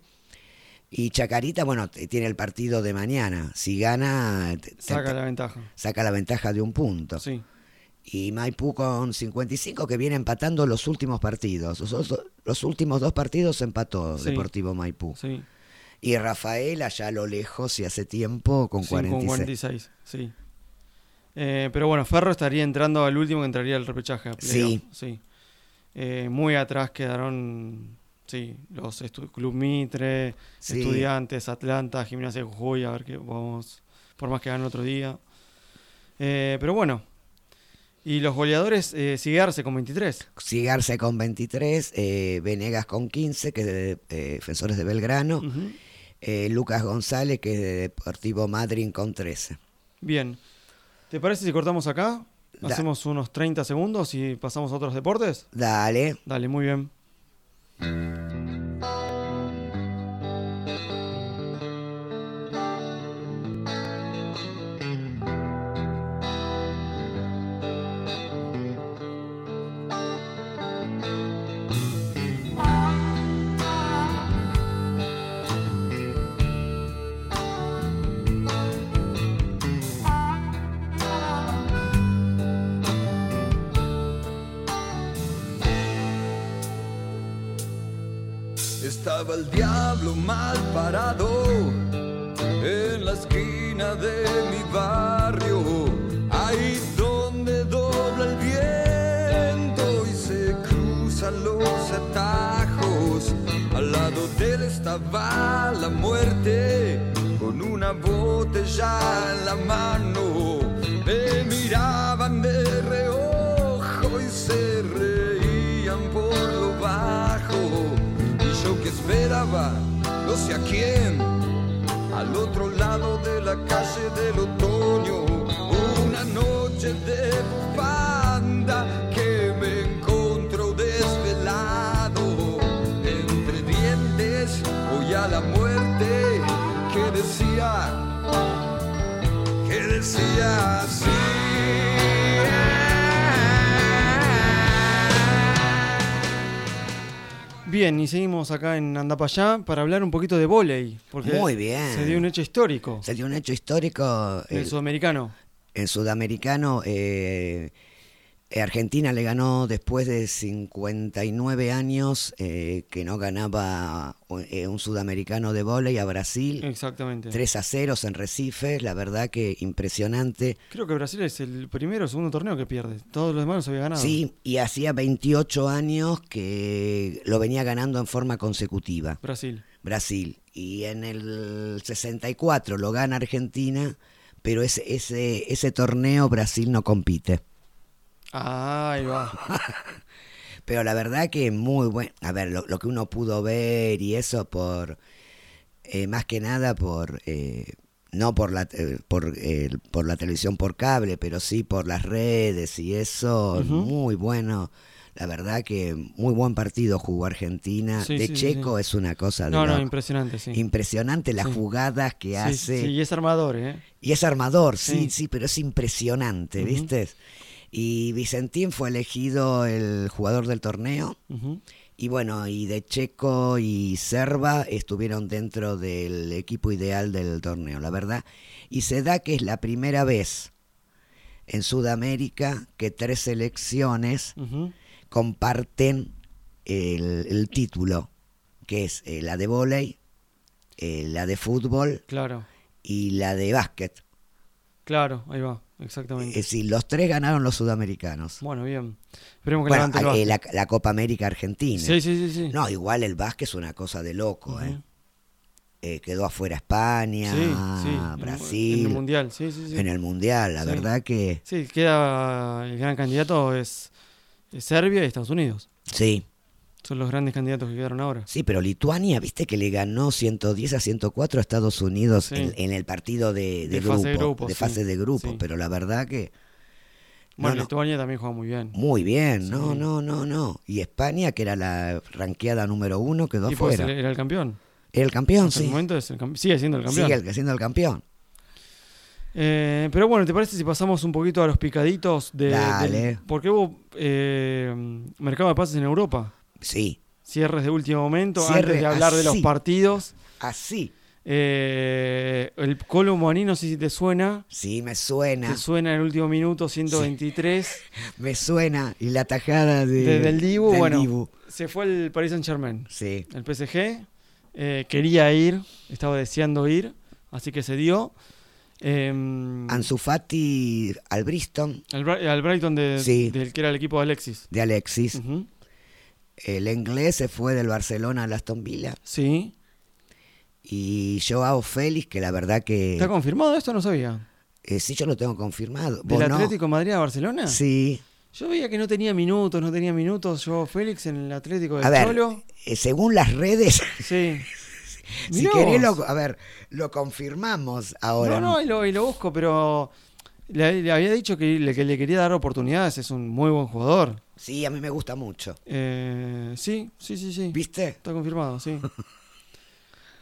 Speaker 4: Y Chacarita, bueno, t- tiene el partido de mañana. Si gana, t- t-
Speaker 3: Saca la
Speaker 4: saca,
Speaker 3: ventaja.
Speaker 4: la ventaja de un punto.
Speaker 3: Sí.
Speaker 4: Y Maipú con 55, que viene empatando los últimos partidos. Los, dos- los últimos dos partidos empató
Speaker 3: Sí.
Speaker 4: Deportivo Maipú.
Speaker 3: Sí.
Speaker 4: Y Rafael, allá a lo lejos y hace tiempo, con
Speaker 3: Sí, Con
Speaker 4: 46.
Speaker 3: 46, sí. Eh, pero bueno, Ferro estaría entrando al último que entraría al repechaje. a playoff,
Speaker 4: Sí.
Speaker 3: sí. Eh, muy atrás quedaron sí, los estu- Club Mitre,
Speaker 4: Sí.
Speaker 3: Estudiantes, Atlanta, Gimnasia de Jujuy, a ver qué vamos, por más que ganen otro día. Eh, pero bueno, y los goleadores, eh, sigue Arce con 23.
Speaker 4: Sigarse con 23, eh, Venegas con 15, que es de eh, Defensores de Belgrano,
Speaker 3: Ujú.
Speaker 4: eh, Lucas González, que es de Deportivo Madryn con 13.
Speaker 3: Bien. ¿Te parece si cortamos acá?
Speaker 4: Da-
Speaker 3: Hacemos unos 30 segundos y pasamos a otros deportes.
Speaker 4: Dale.
Speaker 3: Dale, muy bien.
Speaker 5: Estaba el diablo mal parado en la esquina de mi barrio, ahí donde dobla el viento y se cruzan los atajos. Al lado de él estaba la muerte con una botella en la mano. Me miraban de reojo y se reían por lo bajo. Y yo que esperaba, no sé a quién, al otro lado de la calle del otoño, una noche de banda que me encontró desvelado, entre dientes voy a la muerte que decía que decía así.
Speaker 3: Bien, y seguimos acá en Andapayá para hablar un poquito de vóley. Porque
Speaker 4: Muy bien.
Speaker 3: Se dio un hecho histórico
Speaker 4: Se dio un hecho histórico eh,
Speaker 3: del
Speaker 4: el,
Speaker 3: sudamericano.
Speaker 4: el sudamericano. eh, Eh, Argentina le ganó después de 59 años eh, que no ganaba un, eh, un sudamericano de vóley a Brasil.
Speaker 3: Exactamente.
Speaker 4: 3 a 0 en Recife, la verdad que impresionante.
Speaker 3: Creo que Brasil es el primero o segundo torneo que pierde. Todos los demás los había ganado.
Speaker 4: Sí, y hacía 28 años que lo venía ganando en forma consecutiva
Speaker 3: Brasil.
Speaker 4: Brasil. Y en el 64 lo gana Argentina, pero ese, ese, ese torneo Brasil no compite.
Speaker 3: Ah, ahí va.
Speaker 4: Pero la verdad que muy bueno. A ver, lo, lo que uno pudo ver y eso por. eh, más que nada por. eh, no por la, eh, por, eh, por la televisión por cable, pero sí por las redes y eso. Muy bueno. La verdad que muy buen partido jugó Argentina.
Speaker 3: Sí,
Speaker 4: de
Speaker 3: sí, sí,
Speaker 4: Checo
Speaker 3: sí.
Speaker 4: es una cosa de
Speaker 3: No, no,
Speaker 4: loco.
Speaker 3: impresionante, sí.
Speaker 4: Impresionante las
Speaker 3: Sí.
Speaker 4: jugadas que
Speaker 3: Sí,
Speaker 4: hace.
Speaker 3: sí, y es armador, ¿eh?
Speaker 4: Y es armador, sí, sí,
Speaker 3: Sí.
Speaker 4: pero es impresionante,
Speaker 3: Ujú.
Speaker 4: ¿viste? Y Vicentín fue elegido el jugador del torneo.
Speaker 3: Ujú.
Speaker 4: Y bueno, y de Checo y Serva estuvieron dentro del equipo ideal del torneo, la verdad. Y se da que es la primera vez en Sudamérica que tres selecciones
Speaker 3: Ujú.
Speaker 4: comparten el, el título, que es eh, la de vóley, eh, la de fútbol
Speaker 3: Claro,
Speaker 4: y la de básquet.
Speaker 3: claro, ahí va,
Speaker 4: Es
Speaker 3: exactamente.
Speaker 4: decir, los tres ganaron los sudamericanos.
Speaker 3: Bueno, bien. Esperemos que
Speaker 4: Bueno,
Speaker 3: levante el
Speaker 4: eh,
Speaker 3: básquet.
Speaker 4: la, la Copa América Argentina.
Speaker 3: Sí, sí, sí, sí.
Speaker 4: No, igual el básquet es una cosa de loco,
Speaker 3: Ujú.
Speaker 4: ¿eh? Eh, Quedó afuera España,
Speaker 3: Sí, sí, en el-
Speaker 4: Brasil,
Speaker 3: En el Mundial, sí, sí, sí.
Speaker 4: Mundial. La
Speaker 3: Sí.
Speaker 4: verdad que
Speaker 3: Sí, queda el gran candidato es, es Serbia y Estados Unidos.
Speaker 4: sí.
Speaker 3: Son los grandes candidatos que quedaron ahora.
Speaker 4: Sí, pero Lituania, viste que le ganó 110 a 104 a Estados Unidos
Speaker 3: Sí.
Speaker 4: en, en el partido de, de
Speaker 3: De
Speaker 4: grupo,
Speaker 3: fase de grupos,
Speaker 4: de
Speaker 3: sí.
Speaker 4: fase de grupo,
Speaker 3: Sí.
Speaker 4: pero la verdad que
Speaker 3: Bueno,
Speaker 4: no, no.
Speaker 3: Lituania también juega muy bien.
Speaker 4: muy bien, no,
Speaker 3: Sí.
Speaker 4: no, no, no. Y España, que era la ranqueada número uno, quedó
Speaker 3: Y pues
Speaker 4: afuera.
Speaker 3: era- era el campeón.
Speaker 4: Era el campeón,
Speaker 3: Hasta el
Speaker 4: sí.
Speaker 3: momento es el campe- sigue siendo el campeón.
Speaker 4: Sigue el- siendo el campeón.
Speaker 3: Eh, pero bueno, ¿te parece si pasamos un poquito a los picaditos de...
Speaker 4: Dale.
Speaker 3: del- porque hubo eh, mercado de pases en Europa.
Speaker 4: Sí.
Speaker 3: Cierres de último momento,
Speaker 4: Cierre
Speaker 3: antes de hablar de los
Speaker 4: así.
Speaker 3: partidos.
Speaker 4: Así.
Speaker 3: Eh, el Colomboaní, no sé si te suena.
Speaker 4: Sí, me suena.
Speaker 3: Te suena en el último minuto, 123.
Speaker 4: Me suena. Y la tajada de,
Speaker 3: de- del Dibu,
Speaker 4: del
Speaker 3: bueno,
Speaker 4: Dibu.
Speaker 3: se fue el Paris Saint Germain.
Speaker 4: Sí.
Speaker 3: El PSG eh, quería ir, estaba deseando ir, así que se dio. Eh,
Speaker 4: Ansu Fati al Bristol
Speaker 3: al, Bra- al Brighton de-
Speaker 4: Sí.
Speaker 3: del que era el equipo de Alexis.
Speaker 4: de Alexis.
Speaker 3: Ujú.
Speaker 4: El inglés se fue del Barcelona al Aston Villa.
Speaker 3: Sí.
Speaker 4: Eh, Y Joao Félix, que la verdad que.
Speaker 3: ¿Está confirmado esto? No sabía.
Speaker 4: eh, sí, yo lo tengo confirmado.
Speaker 3: ¿Del
Speaker 4: ¿Vos no?
Speaker 3: Atlético Ah. de Madrid a Barcelona?
Speaker 4: Sí.
Speaker 3: Yo veía que no tenía minutos, no tenía minutos. Yo, Félix, en el Atlético de
Speaker 4: A ver,
Speaker 3: Cholo.
Speaker 4: eh, según las redes,
Speaker 3: Sí.
Speaker 4: si
Speaker 3: Mirá
Speaker 4: querés,
Speaker 3: vos.
Speaker 4: lo, a ver, lo confirmamos ahora.
Speaker 3: No, no, y lo, y lo busco, pero le, le había dicho que le, que le quería dar oportunidades. Es un muy buen jugador.
Speaker 4: Sí, a mí me gusta mucho.
Speaker 3: Eh, sí, sí, sí, sí.
Speaker 4: ¿Viste?
Speaker 3: Está confirmado, sí.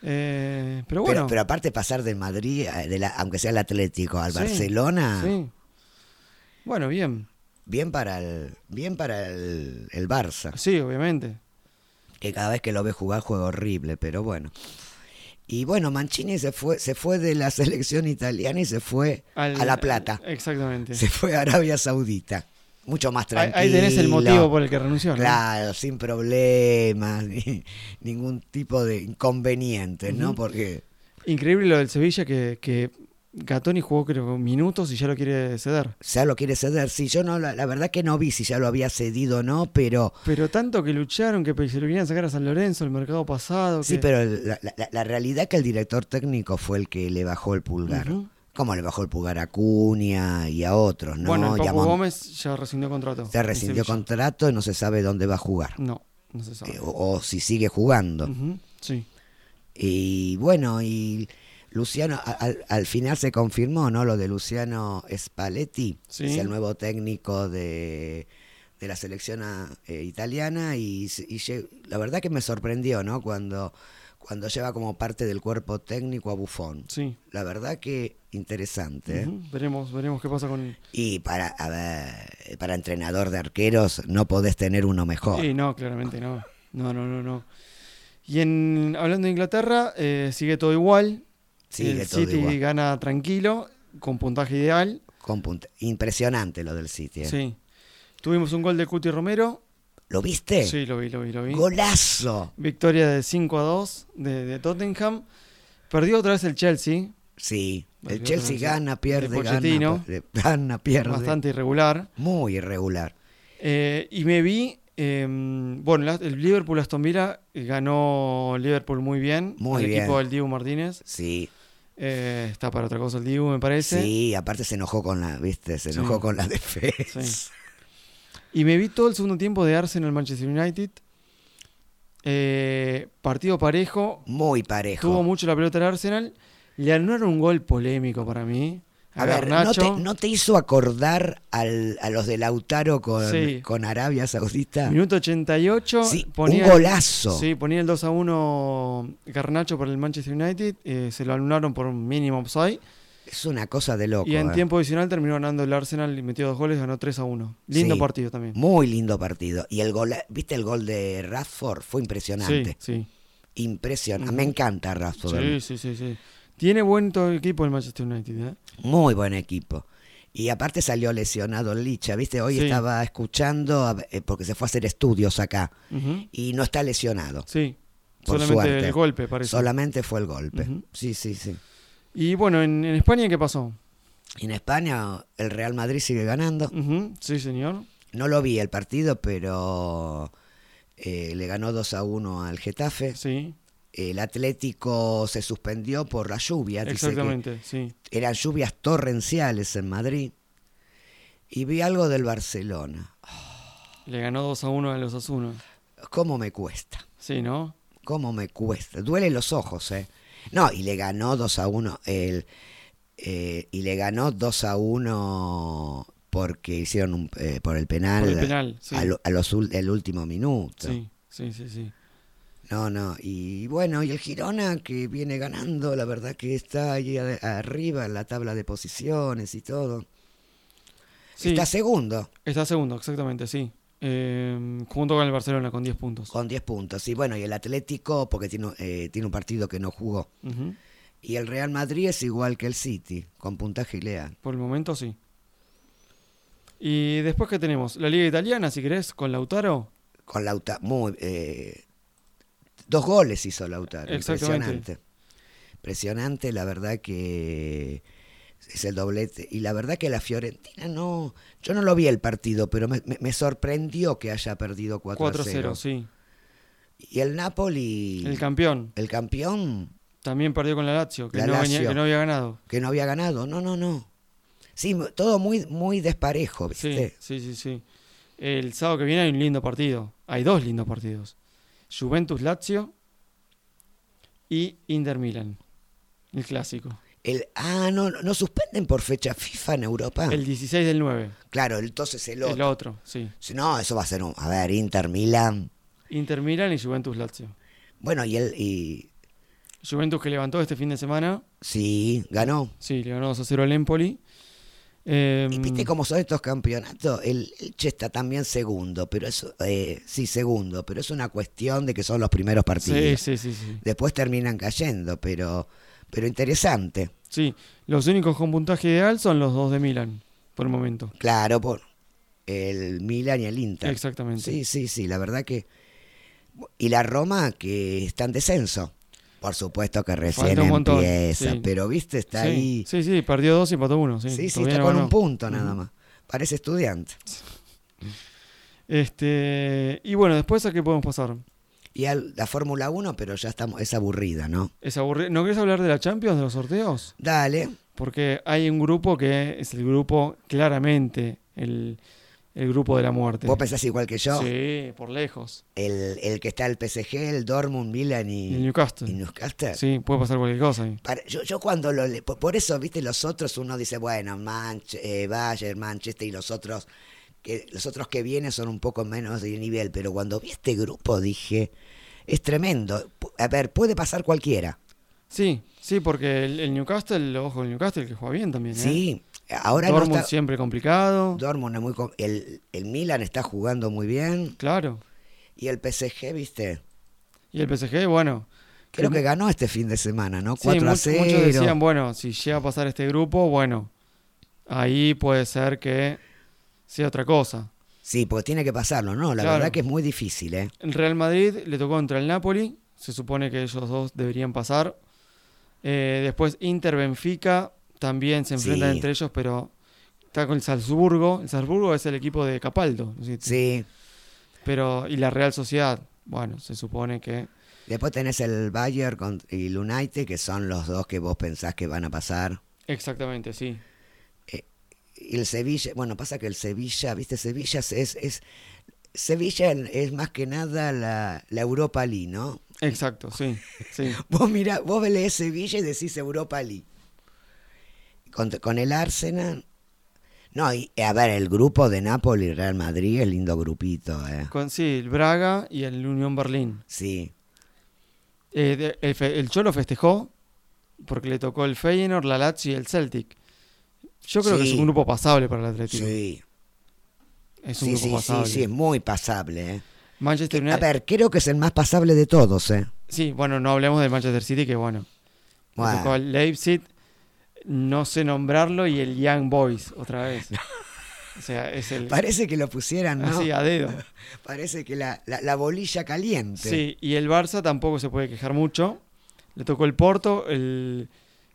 Speaker 3: Eh, pero
Speaker 4: Pero-
Speaker 3: bueno.
Speaker 4: pero, aparte pasar del Madrid, eh, de la- aunque sea el Atlético, al
Speaker 3: sí,
Speaker 4: Barcelona,
Speaker 3: Sí. Bueno, bien.
Speaker 4: bien para el, bien para el, el Barça,
Speaker 3: Sí, obviamente.
Speaker 4: que cada vez que lo ve jugar juega horrible, pero bueno. Y bueno, Mancini se fue, se fue de la selección italiana y se fue
Speaker 3: Al-
Speaker 4: a La Plata,
Speaker 3: Exactamente.
Speaker 4: se fue a Arabia Saudita, mucho más
Speaker 3: Ahí-
Speaker 4: tranquilo.
Speaker 3: Ahí tenés el motivo por el que renunció, ¿no?
Speaker 4: Claro, sin problemas, ni- ningún tipo de inconveniente, ¿no? Porque
Speaker 3: Increíble lo del Sevilla que, que Gatoni jugó creo minutos y ya lo quiere ceder.
Speaker 4: ya lo quiere ceder. Sí, yo no, la, la verdad que no vi si ya lo había cedido o no, pero
Speaker 3: Pero tanto que lucharon que se lo querían sacar a San Lorenzo el mercado pasado.
Speaker 4: Sí,
Speaker 3: que-
Speaker 4: pero la, la- la realidad es que el director técnico fue el que le bajó el pulgar.
Speaker 3: Ujú.
Speaker 4: Como le bajó el pulgar a Cunha y a otros, ¿no?
Speaker 3: bueno, el
Speaker 4: Y a
Speaker 3: Papu
Speaker 4: Mon-
Speaker 3: Gómez ya rescindió contrato.
Speaker 4: se
Speaker 3: en
Speaker 4: rescindió
Speaker 3: Sevilla.
Speaker 4: contrato y no se sabe dónde va a jugar.
Speaker 3: No, no se sabe.
Speaker 4: Eh, o, o si sigue jugando.
Speaker 3: Ujú, Sí.
Speaker 4: Y bueno, y Luciano, a- al, al final se confirmó, ¿no? Lo de Luciano Spalletti,
Speaker 3: Sí.
Speaker 4: es el nuevo técnico de, de la selección ah, eh, italiana. Y, s- y lle- la verdad que me sorprendió, ¿no? Cuando, cuando lleva como parte del cuerpo técnico a Bufón.
Speaker 3: Sí.
Speaker 4: La verdad que interesante. ¿eh?
Speaker 3: Ujú, Veremos, veremos qué pasa con.
Speaker 4: Y para, a ver, para entrenador de arqueros no podés tener uno mejor.
Speaker 3: Sí, no, claramente no. No, no, no, no. Y en hablando de Inglaterra, eh, sigue todo igual.
Speaker 4: Sigue
Speaker 3: el
Speaker 4: todo
Speaker 3: City
Speaker 4: igual.
Speaker 3: gana tranquilo, con puntaje ideal.
Speaker 4: Con punta- Impresionante lo del City. ¿eh?
Speaker 3: Sí. Tuvimos un gol de Cuti Romero.
Speaker 4: ¿Lo viste?
Speaker 3: Sí, lo vi, lo vi, lo vi.
Speaker 4: Golazo.
Speaker 3: Victoria de 5 a 2 de, de Tottenham. Perdió otra vez el Chelsea,
Speaker 4: Sí. El
Speaker 3: Bueno,
Speaker 4: Chelsea
Speaker 3: entonces,
Speaker 4: gana,
Speaker 3: de
Speaker 4: pierde,
Speaker 3: Pochettino.
Speaker 4: gana, pierde, gana, pierde.
Speaker 3: bastante irregular.
Speaker 4: Muy irregular.
Speaker 3: Eh, y me vi, eh, bueno, la- el Liverpool Aston Villa eh, ganó Liverpool muy bien.
Speaker 4: Muy
Speaker 3: el
Speaker 4: bien.
Speaker 3: equipo del Dibu Martínez.
Speaker 4: Sí.
Speaker 3: Eh, está para otra cosa el Dibu, me parece.
Speaker 4: Sí, aparte se enojó con la, viste, se
Speaker 3: Sí.
Speaker 4: enojó con la defensa.
Speaker 3: Sí. Y me vi todo el segundo tiempo de Arsenal Manchester United. Eh, partido parejo.
Speaker 4: Muy parejo.
Speaker 3: Tuvo mucho la pelota el Arsenal. Le anularon un gol polémico para mí. A,
Speaker 4: A ver, ¿no
Speaker 3: Garnacho.
Speaker 4: te, no te hizo acordar al- a los de Lautaro con,
Speaker 3: Sí.
Speaker 4: con Arabia Saudita?
Speaker 3: Minuto 88.
Speaker 4: Sí,
Speaker 3: ponía
Speaker 4: un golazo.
Speaker 3: Sí, ponía el 2 a 1 Garnacho para el Manchester United. eh, se lo anularon por un mínimo offside.
Speaker 4: Es una cosa de loco.
Speaker 3: y en
Speaker 4: eh.
Speaker 3: tiempo adicional terminó ganando el Arsenal y metió dos goles, ganó 3 a 1. Lindo
Speaker 4: Sí.
Speaker 3: partido también.
Speaker 4: Muy lindo partido. Y el gol, ¿viste el gol de Rashford? Fue impresionante.
Speaker 3: Sí,
Speaker 4: Impresionante. Me encanta Rashford. a
Speaker 3: sí.
Speaker 4: mí.
Speaker 3: Sí, sí, sí, sí. Tiene buen todo el equipo el Manchester United. ¿eh?
Speaker 4: Muy buen equipo. Y aparte salió lesionado Licha, ¿viste? Hoy
Speaker 3: Sí.
Speaker 4: estaba escuchando, a- eh, porque se fue a hacer estudios acá,
Speaker 3: Ujú.
Speaker 4: y no está lesionado.
Speaker 3: Sí,
Speaker 4: Por
Speaker 3: solamente
Speaker 4: suerte.
Speaker 3: el golpe parece.
Speaker 4: Solamente fue el golpe.
Speaker 3: Ujú.
Speaker 4: Sí, sí, sí.
Speaker 3: Y bueno, en, en España, ¿qué pasó?
Speaker 4: Y en España el Real Madrid sigue ganando.
Speaker 3: Ujú, Sí, señor.
Speaker 4: No lo vi el partido, pero eh, le ganó 2 a 1 al Getafe.
Speaker 3: Sí,
Speaker 4: El Atlético se suspendió por la lluvia. Dice que
Speaker 3: exactamente, sí.
Speaker 4: eran lluvias torrenciales en Madrid. Y vi algo del Barcelona.
Speaker 3: Le ganó 2 a 1 a los Asuna.
Speaker 4: ¿Cómo me cuesta?
Speaker 3: Sí, ¿no?
Speaker 4: ¿Cómo me cuesta? Duele los ojos, ¿eh? No, y le ganó 2 a 1. El, eh, y le ganó 2 a 1 porque hicieron un, eh, por el penal,
Speaker 3: Por el penal, sí.
Speaker 4: a lo- a los ul- el último minuto.
Speaker 3: Sí, sí, sí, sí.
Speaker 4: No, no, y bueno, y el Girona que viene ganando, la verdad que está ahí a- arriba en la tabla de posiciones y todo.
Speaker 3: Sí,
Speaker 4: Está segundo
Speaker 3: está segundo, exactamente, sí. Eh, junto con el Barcelona, con 10 puntos.
Speaker 4: con 10 puntos. Y bueno, y el Atlético, porque tiene, eh, tiene un partido que no jugó.
Speaker 3: Ujú.
Speaker 4: Y el Real Madrid es igual que el City, con puntaje ideal.
Speaker 3: Por el momento, sí. Y después, ¿qué tenemos? La Liga Italiana, si querés, con Lautaro.
Speaker 4: Con Lauta, muy, eh, dos goles hizo Lautaro,
Speaker 3: Exactamente.
Speaker 4: impresionante. Impresionante, la verdad que es el doblete. Y la verdad que la Fiorentina no, yo no lo vi el partido, pero me, me- me sorprendió que haya perdido 4-0.
Speaker 3: 4-0, sí.
Speaker 4: Y el Napoli,
Speaker 3: El campeón.
Speaker 4: el campeón,
Speaker 3: También perdió con la Lazio, que,
Speaker 4: La
Speaker 3: no, venía-
Speaker 4: Lazio.
Speaker 3: que no había ganado.
Speaker 4: que no había ganado, no, no, no. Sí, mu- todo muy, muy desparejo,
Speaker 3: Sí,
Speaker 4: ¿viste?
Speaker 3: sí, sí, sí. El sábado que viene hay un lindo partido. Hay dos lindos partidos. Juventus Lazio y Inter Milan. El clásico.
Speaker 4: El, ah, no, no suspenden por fecha FIFA en Europa.
Speaker 3: El 16 del 9.
Speaker 4: claro, entonces el
Speaker 3: El
Speaker 4: Ah. otro.
Speaker 3: otro, sí.
Speaker 4: Si No, eso va a ser un. A ver, Inter, Milan.
Speaker 3: Inter Milan y Juventus Lazio.
Speaker 4: Bueno, y él. Y,
Speaker 3: Juventus que levantó este fin de semana.
Speaker 4: sí, ganó.
Speaker 3: Sí, le ganó 2 a 0 al Empoli. Eh,
Speaker 4: Y viste cómo son estos campeonatos. El Elche está también segundo, pero eso. eh, sí, segundo, pero es una cuestión de que son los primeros
Speaker 3: Sí,
Speaker 4: partidos.
Speaker 3: sí, sí, sí.
Speaker 4: Después terminan cayendo, pero. Pero interesante.
Speaker 3: Sí, los únicos con puntaje ideal son los dos de Milan, por el momento.
Speaker 4: Claro, por. El Milan y el Inter.
Speaker 3: Exactamente.
Speaker 4: Sí, sí, sí, la verdad que. Y la Roma que está en descenso. Por supuesto que recién
Speaker 3: Falta un montón,
Speaker 4: empieza,
Speaker 3: sí.
Speaker 4: pero viste, está
Speaker 3: sí,
Speaker 4: ahí.
Speaker 3: sí, sí, perdió dos y empató uno. Sí,
Speaker 4: Sí, sí,
Speaker 3: todavía
Speaker 4: está
Speaker 3: no
Speaker 4: con
Speaker 3: ganó.
Speaker 4: un punto nada más. Parece estudiante.
Speaker 3: Este, y bueno, después a qué podemos pasar.
Speaker 4: Y al- la Fórmula 1, pero ya estamos, es aburrida, ¿no?
Speaker 3: Es aburri- ¿No querés hablar de la Champions, de los sorteos?
Speaker 4: Dale,
Speaker 3: Porque hay un grupo que es el grupo, claramente, el, el grupo de la muerte.
Speaker 4: vos pensás igual que yo.
Speaker 3: Sí, por lejos.
Speaker 4: El, el que está el PSG, el Dortmund, Milan
Speaker 3: Y
Speaker 4: y,
Speaker 3: el Newcastle.
Speaker 4: y Newcastle.
Speaker 3: Sí, puede pasar cualquier cosa ahí.
Speaker 4: Para- yo, yo cuando lo le- por, por eso, viste, los otros uno dice, bueno, Manche- eh, Bayern, Manchester y los otros que los otros que vienen son un poco menos de nivel, pero cuando vi este grupo dije, es tremendo. Pu- A ver, puede pasar cualquiera.
Speaker 3: Sí, sí, porque el, el Newcastle, ojo, el Newcastle que juega bien también. ¿eh?
Speaker 4: Sí, ahora
Speaker 3: Dortmund
Speaker 4: no está,
Speaker 3: siempre complicado.
Speaker 4: Dortmund es muy com- el, el Milan está jugando muy bien
Speaker 3: claro.
Speaker 4: y el PSG, viste,
Speaker 3: Y el PSG, bueno.
Speaker 4: creo
Speaker 3: Sí,
Speaker 4: que ganó este fin de semana, ¿no?
Speaker 3: Sí,
Speaker 4: 4 a
Speaker 3: muchos-
Speaker 4: 0.
Speaker 3: muchos decían, bueno, si llega a pasar este grupo, bueno, ahí puede ser que sea otra cosa.
Speaker 4: Sí, porque tiene que pasarlo, ¿no? La
Speaker 3: Claro.
Speaker 4: verdad que es muy difícil, ¿eh?
Speaker 3: El Real Madrid le tocó contra el Napoli. Se supone que ellos dos deberían pasar. Eh, después Inter Benfica también se enfrentan
Speaker 4: Sí.
Speaker 3: entre ellos, pero está con el Salzburgo. El Salzburgo es el equipo de Capaldo. ¿no es cierto?
Speaker 4: Sí.
Speaker 3: Pero, y la Real Sociedad, bueno, se supone que.
Speaker 4: Después tenés el Bayern con- y el United, que son los dos que vos pensás que van a pasar.
Speaker 3: Exactamente, sí.
Speaker 4: Y el Sevilla, bueno, pasa que el Sevilla, viste, Sevilla es... es, es- Sevilla es más que nada la, la Europa League, ¿no?
Speaker 3: Exacto, sí. sí.
Speaker 4: Vos mirá, vos lees Sevilla y decís Europa League. Con, con el Arsenal. No, y a ver, el grupo de Napoli y Real Madrid es lindo grupito, ¿eh?
Speaker 3: Con, sí, el Braga y el Unión Berlín.
Speaker 4: Sí.
Speaker 3: Eh, de- el, fe- el Cholo festejó porque le tocó el Feyenoord, la Lazio y el Celtic. Yo creo que es
Speaker 4: Sí.
Speaker 3: un grupo pasable para el Atlético.
Speaker 4: Sí,
Speaker 3: Es un
Speaker 4: sí,
Speaker 3: grupo
Speaker 4: sí, sí,
Speaker 3: pasable.
Speaker 4: sí, es muy pasable, ¿eh?
Speaker 3: Manchester
Speaker 4: A
Speaker 3: United.
Speaker 4: ver, creo que es el más pasable de todos, ¿eh?
Speaker 3: Sí, bueno, no hablemos de Manchester City, que bueno. Le
Speaker 4: Bueno.
Speaker 3: tocó el Leipzig, no sé nombrarlo, y el Young Boys otra vez. o sea, es el.
Speaker 4: Parece que lo pusieran, ¿no?
Speaker 3: Así, ah. a dedo.
Speaker 4: Parece que la, la- la bolilla caliente.
Speaker 3: Sí, y el Barça tampoco se puede quejar mucho. Le tocó el Porto, el,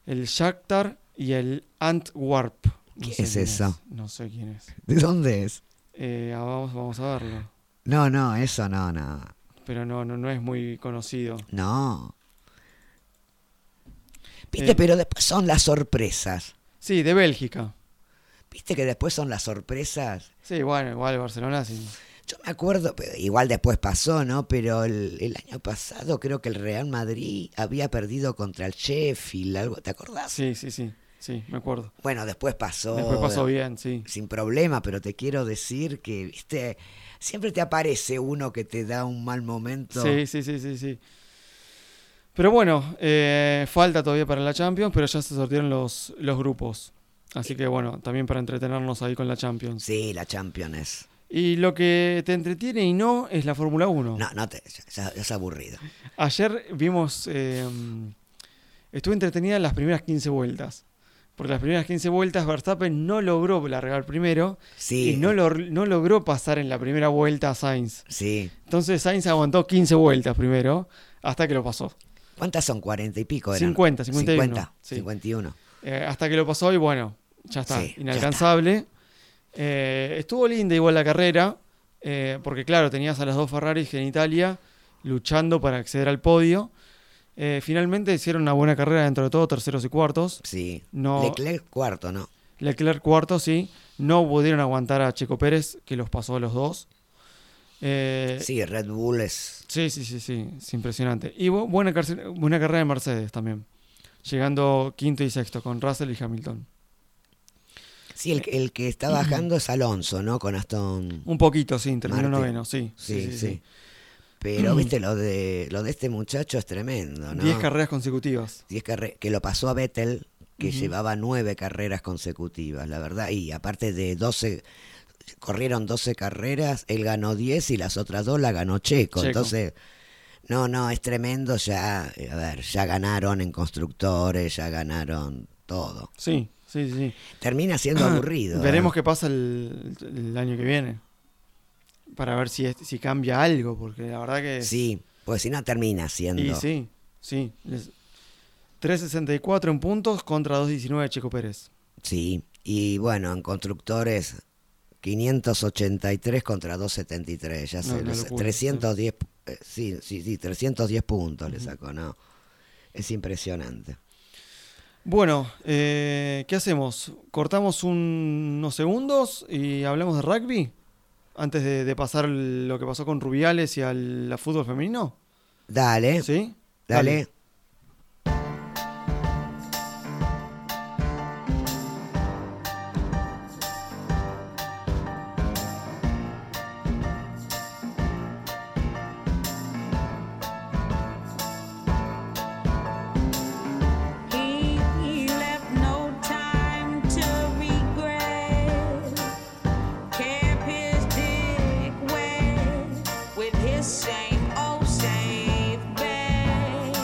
Speaker 3: el Shakhtar y el Antwerp. No
Speaker 4: ¿Qué
Speaker 3: sé
Speaker 4: es
Speaker 3: quién
Speaker 4: eso?
Speaker 3: No sé quién es.
Speaker 4: ¿De dónde es?
Speaker 3: Eh, ah, vamos, vamos a verlo.
Speaker 4: No, no, eso no, no.
Speaker 3: Pero no, no, no es muy conocido.
Speaker 4: No. Viste,
Speaker 3: Eh.
Speaker 4: pero después son las sorpresas.
Speaker 3: Sí, de Bélgica.
Speaker 4: Viste que después son las sorpresas.
Speaker 3: Sí, bueno, igual Barcelona sí.
Speaker 4: Yo me acuerdo, pero igual después pasó, ¿no? Pero el, el año pasado creo que el Real Madrid había perdido contra el Sheffield, algo, ¿te acordás?
Speaker 3: Sí, sí, sí, sí, me acuerdo.
Speaker 4: Bueno, después pasó.
Speaker 3: Después pasó bien, sí.
Speaker 4: Sin problema, pero te quiero decir que, viste, siempre te aparece uno que te da un mal momento.
Speaker 3: Sí, sí, sí, sí, sí. Pero bueno, eh, falta todavía para la Champions, pero ya se sortieron los, los grupos. Así que bueno, también para entretenernos ahí con la Champions.
Speaker 4: Sí, la Champions.
Speaker 3: Y lo que te entretiene y no es la Fórmula 1.
Speaker 4: No, no te, ya- ya es aburrido.
Speaker 3: Ayer vimos. eh, estuve entretenida en las primeras 15 vueltas. Porque las primeras 15 vueltas Verstappen no logró largar primero
Speaker 4: Sí.
Speaker 3: y no, lo- no logró pasar en la primera vuelta a Sainz.
Speaker 4: Sí.
Speaker 3: Entonces Sainz aguantó 15 vueltas primero hasta que lo pasó.
Speaker 4: ¿Cuántas son? ¿Cuarenta y pico? Eran?
Speaker 3: 50, 51,
Speaker 4: 50,
Speaker 3: sí.
Speaker 4: 51.
Speaker 3: Eh, hasta que lo pasó y bueno, ya está,
Speaker 4: Sí, ya
Speaker 3: inalcanzable. Eh, estuvo linda igual la carrera, eh, porque claro, tenías a las dos Ferraris en Italia luchando para acceder al podio. Eh, finalmente hicieron una buena carrera dentro de todo, terceros y cuartos.
Speaker 4: Sí.
Speaker 3: No.
Speaker 4: Leclerc cuarto, ¿no?
Speaker 3: Leclerc cuarto, sí. No pudieron aguantar a Checo Pérez, que los pasó a los dos. Eh,
Speaker 4: Sí, Red Bull es.
Speaker 3: Sí, sí, sí, sí, es impresionante. Y bu- buena, carce- buena carrera de Mercedes también, llegando quinto y sexto con Russell y Hamilton.
Speaker 4: Sí, el, el que
Speaker 3: Eh.
Speaker 4: está bajando es Alonso, ¿no? Con Aston.
Speaker 3: Un poquito, sí, terminó
Speaker 4: Martín.
Speaker 3: noveno, sí.
Speaker 4: Sí, sí. Pero, viste, lo de, lo de este muchacho es tremendo, ¿no?
Speaker 3: Diez carreras consecutivas.
Speaker 4: Diez carre- que lo pasó a Vettel, que llevaba nueve carreras consecutivas, la verdad. Y aparte de 12. Corrieron 12 carreras, él ganó 10 y las otras dos la ganó Checo.
Speaker 3: Checo.
Speaker 4: Entonces, no, no, es tremendo. Ya, eh, a ver, ya ganaron en constructores, ya ganaron todo.
Speaker 3: Sí, sí, sí.
Speaker 4: Termina siendo aburrido. ¿eh?
Speaker 3: Ah, Veremos qué pasa el, el año que viene. Para ver si, es- si cambia algo, porque la verdad que...
Speaker 4: Sí, pues si no termina siendo.
Speaker 3: Y sí, sí. les- 3.64 en puntos contra 2.19 de Checo Pérez.
Speaker 4: Sí, y bueno, en constructores 583 contra 273, ya
Speaker 3: No,
Speaker 4: sé,
Speaker 3: una
Speaker 4: no sé,
Speaker 3: locura,
Speaker 4: 310, eh, sí, sí, sí, 310 puntos le sacó, ¿no? Es impresionante.
Speaker 3: Bueno, eh, ¿qué hacemos? ¿Cortamos un- unos segundos y hablamos de rugby? Antes de, de pasar lo que pasó con Rubiales y al la fútbol femenino.
Speaker 4: Dale,
Speaker 3: ¿Sí?
Speaker 4: dale.
Speaker 6: He he left no time to regret. Kept his dick wet with his same old safe bet.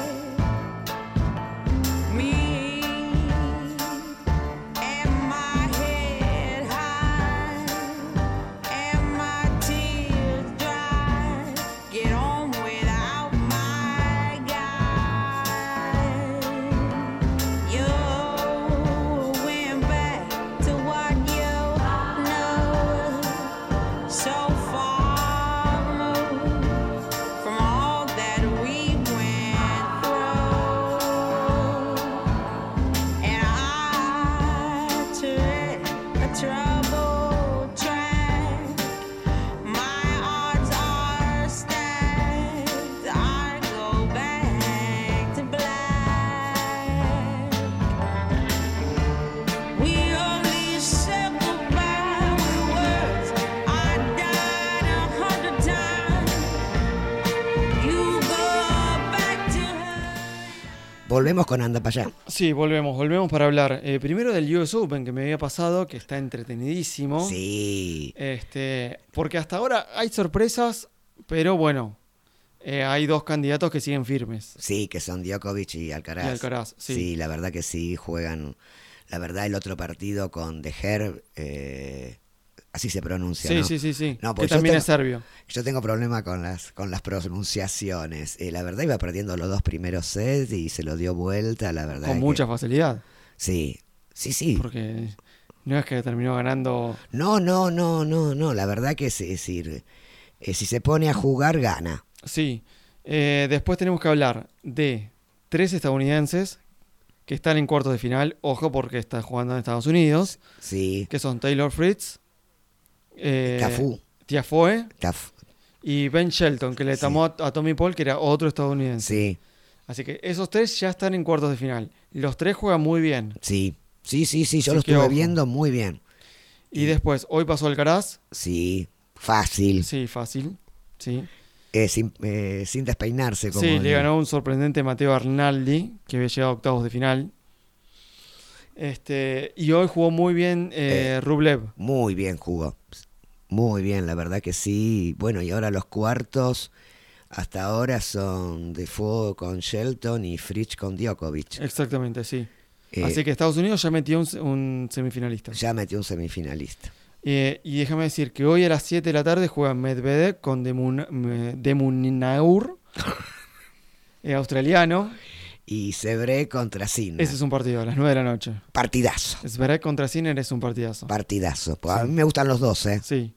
Speaker 4: Volvemos con Anda para allá.
Speaker 3: Sí, volvemos, volvemos para hablar. eh, primero del US Open que me había pasado, que está entretenidísimo.
Speaker 4: Sí.
Speaker 3: Este, porque hasta ahora hay sorpresas, pero bueno, eh, hay dos candidatos que siguen firmes.
Speaker 4: Sí, que son Djokovic y Alcaraz.
Speaker 3: Y Alcaraz, sí.
Speaker 4: la verdad que sí, juegan. La verdad, el otro partido con De Herb, eh, así se pronuncia.
Speaker 3: Sí,
Speaker 4: ¿no?
Speaker 3: sí, sí, sí.
Speaker 4: No,
Speaker 3: que
Speaker 4: porque yo
Speaker 3: también
Speaker 4: tengo-
Speaker 3: es serbio.
Speaker 4: Yo tengo problema con las, con las pronunciaciones. Eh, la verdad, iba perdiendo los dos primeros sets y se lo dio vuelta, la verdad. es
Speaker 3: Con
Speaker 4: que-
Speaker 3: mucha facilidad.
Speaker 4: Sí, sí, sí.
Speaker 3: Porque no es que terminó ganando.
Speaker 4: No, no, no, no, no. La verdad que es, es decir, eh, si se pone a jugar, gana.
Speaker 3: Sí. Eh, después tenemos que hablar de tres estadounidenses que están en cuartos de final. Ojo, porque está jugando en Estados Unidos.
Speaker 4: Sí.
Speaker 3: Que son Taylor Fritz, eh,
Speaker 4: Cafú.
Speaker 3: Tiafoe
Speaker 4: Está f-
Speaker 3: y Ben Shelton, que le
Speaker 4: Sí.
Speaker 3: tomó a, a Tommy Paul, que era otro estadounidense.
Speaker 4: Sí,
Speaker 3: Así que esos tres ya están en cuartos de final. Los tres juegan muy bien.
Speaker 4: sí. Sí, sí, sí. Yo
Speaker 3: Así
Speaker 4: lo
Speaker 3: que
Speaker 4: estuve
Speaker 3: ojo.
Speaker 4: viendo muy bien.
Speaker 3: Y después, hoy pasó Alcaraz.
Speaker 4: Sí, fácil.
Speaker 3: Sí, fácil. Sí,
Speaker 4: Eh, sin, eh, sin despeinarse. Como
Speaker 3: sí le
Speaker 4: el-
Speaker 3: ganó un sorprendente Mateo Arnaldi, que había llegado a octavos de final. Este, y hoy jugó muy bien eh, Rublev.
Speaker 4: Muy bien jugó. Muy bien, la verdad que sí. Bueno, y ahora los cuartos. Hasta ahora son de fuego con Shelton y Fritz con Djokovic.
Speaker 3: Exactamente, sí.
Speaker 4: Eh,
Speaker 3: Así que Estados Unidos ya metió un, se- un semifinalista.
Speaker 4: Ya metió un semifinalista.
Speaker 3: Eh, y déjame decir que hoy a las 7 de la tarde juega Medvedev con eh, Demun- Me- Demunaur, eh, australiano.
Speaker 4: Y Sebré contra Sinner.
Speaker 3: Ese es un partido a las 9 de la noche.
Speaker 4: Partidazo.
Speaker 3: Zverev contra Sinner es un partidazo.
Speaker 4: Partidazo. Pues A mí me gustan los dos, ¿eh?
Speaker 3: Sí.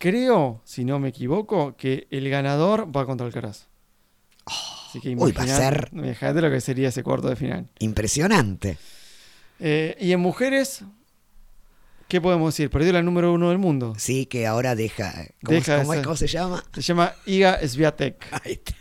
Speaker 3: Creo, si no me equivoco, que el ganador va contra Alcaraz. Así que
Speaker 4: uy, va a
Speaker 3: imagina-
Speaker 4: ser-
Speaker 3: imagínate lo que sería ese cuarto de final.
Speaker 4: Impresionante.
Speaker 3: Eh, y en mujeres, ¿qué podemos decir? Perdió la número uno del mundo.
Speaker 4: Sí, que ahora deja. ¿Cómo,
Speaker 3: Deja de
Speaker 4: cómo es-
Speaker 3: ser.
Speaker 4: cómo se llama?
Speaker 3: Se llama Iga Swiatek.
Speaker 4: Ahí está.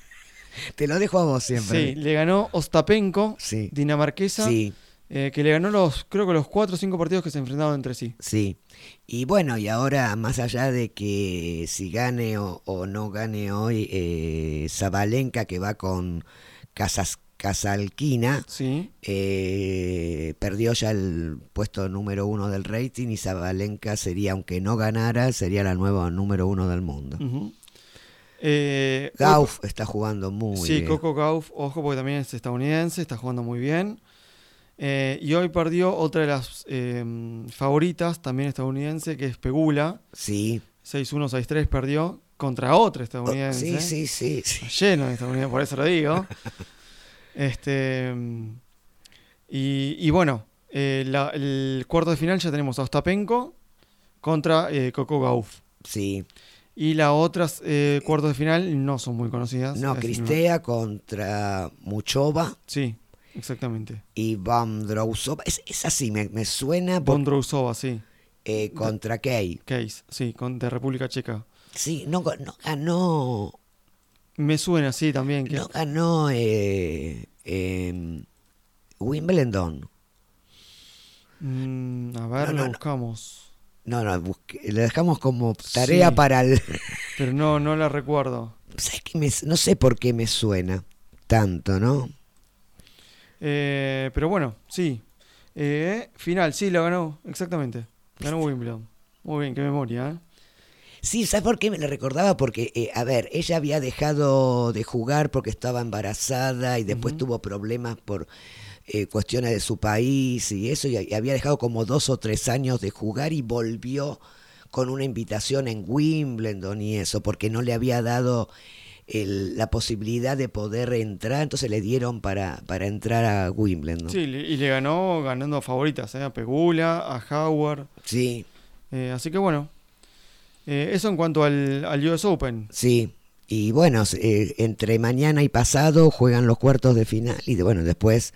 Speaker 4: Te lo dejo a vos
Speaker 3: Sí,
Speaker 4: siempre.
Speaker 3: le ganó Ostapenko,
Speaker 4: Sí.
Speaker 3: dinamarquesa,
Speaker 4: Sí,
Speaker 3: eh, que le ganó los, creo que los cuatro o cinco partidos que se enfrentaron entre sí.
Speaker 4: sí. Y bueno, y ahora, más allá de que si gane o, o no gane hoy, eh, Zabalenka, que va con Casas, Casalquina.
Speaker 3: Sí.
Speaker 4: eh, perdió ya el puesto número uno del rating y Zabalenka sería, aunque no ganara, sería la nueva número uno del mundo.
Speaker 3: Ujú. Eh, hoy
Speaker 4: Gauf está jugando muy
Speaker 3: sí,
Speaker 4: bien.
Speaker 3: Coco Gauff, ojo, porque también es estadounidense, está jugando muy bien. Eh, y hoy perdió otra de las eh, favoritas, también estadounidense, que es Pegula.
Speaker 4: Sí.
Speaker 3: 6-1, 6-3 perdió contra otra
Speaker 4: Oh,
Speaker 3: estadounidense.
Speaker 4: sí, sí, sí, sí.
Speaker 3: Está Lleno de estadounidenses, por eso lo digo. este Y, y bueno, eh, la- el cuarto de final ya tenemos a Ostapenko contra eh, Coco Gauff.
Speaker 4: Sí.
Speaker 3: Y las otras eh, cuartos de final no son muy conocidas.
Speaker 4: No,
Speaker 3: así que
Speaker 4: Cristea contra Muchova
Speaker 3: Sí, exactamente.
Speaker 4: y Bondrousova. Es, es así, me, me suena por-
Speaker 3: Bondrousova, sí.
Speaker 4: eh, contra Kay.
Speaker 3: Case, sí, con, de República Checa.
Speaker 4: Sí, no, go- no ganó.
Speaker 3: Me suena, sí, también. Que,
Speaker 4: No ganó eh, eh, Wimbledon.
Speaker 3: Mm, a ver, lo
Speaker 4: No, no, no.
Speaker 3: buscamos.
Speaker 4: No, no, busqué- le dejamos como tarea
Speaker 3: Sí.
Speaker 4: para el.
Speaker 3: Pero no, no la recuerdo.
Speaker 4: ¿Sabes qué me- no sé por qué me suena tanto, ¿no?
Speaker 3: Eh, pero bueno, sí. Eh, final, sí, la ganó, exactamente. Ganó Wimbledon. Muy bien, qué memoria, ¿eh?
Speaker 4: Sí, ¿sabes por qué me la recordaba? Porque, eh, a ver, ella había dejado de jugar porque estaba embarazada y después tuvo problemas por eh, cuestiones de su país y eso, y, y había dejado como dos o tres años de jugar y volvió con una invitación en Wimbledon y eso, porque no le había dado el- la posibilidad de poder entrar, entonces le dieron para, para entrar a Wimbledon.
Speaker 3: Sí, le- y le ganó ganando a favoritas, ¿eh? A Pegula, a Howard.
Speaker 4: sí,
Speaker 3: Eh, así que bueno. Eh, eso en cuanto al, al US Open.
Speaker 4: sí. Y bueno, eh, entre mañana y pasado juegan los cuartos de final y de- bueno, después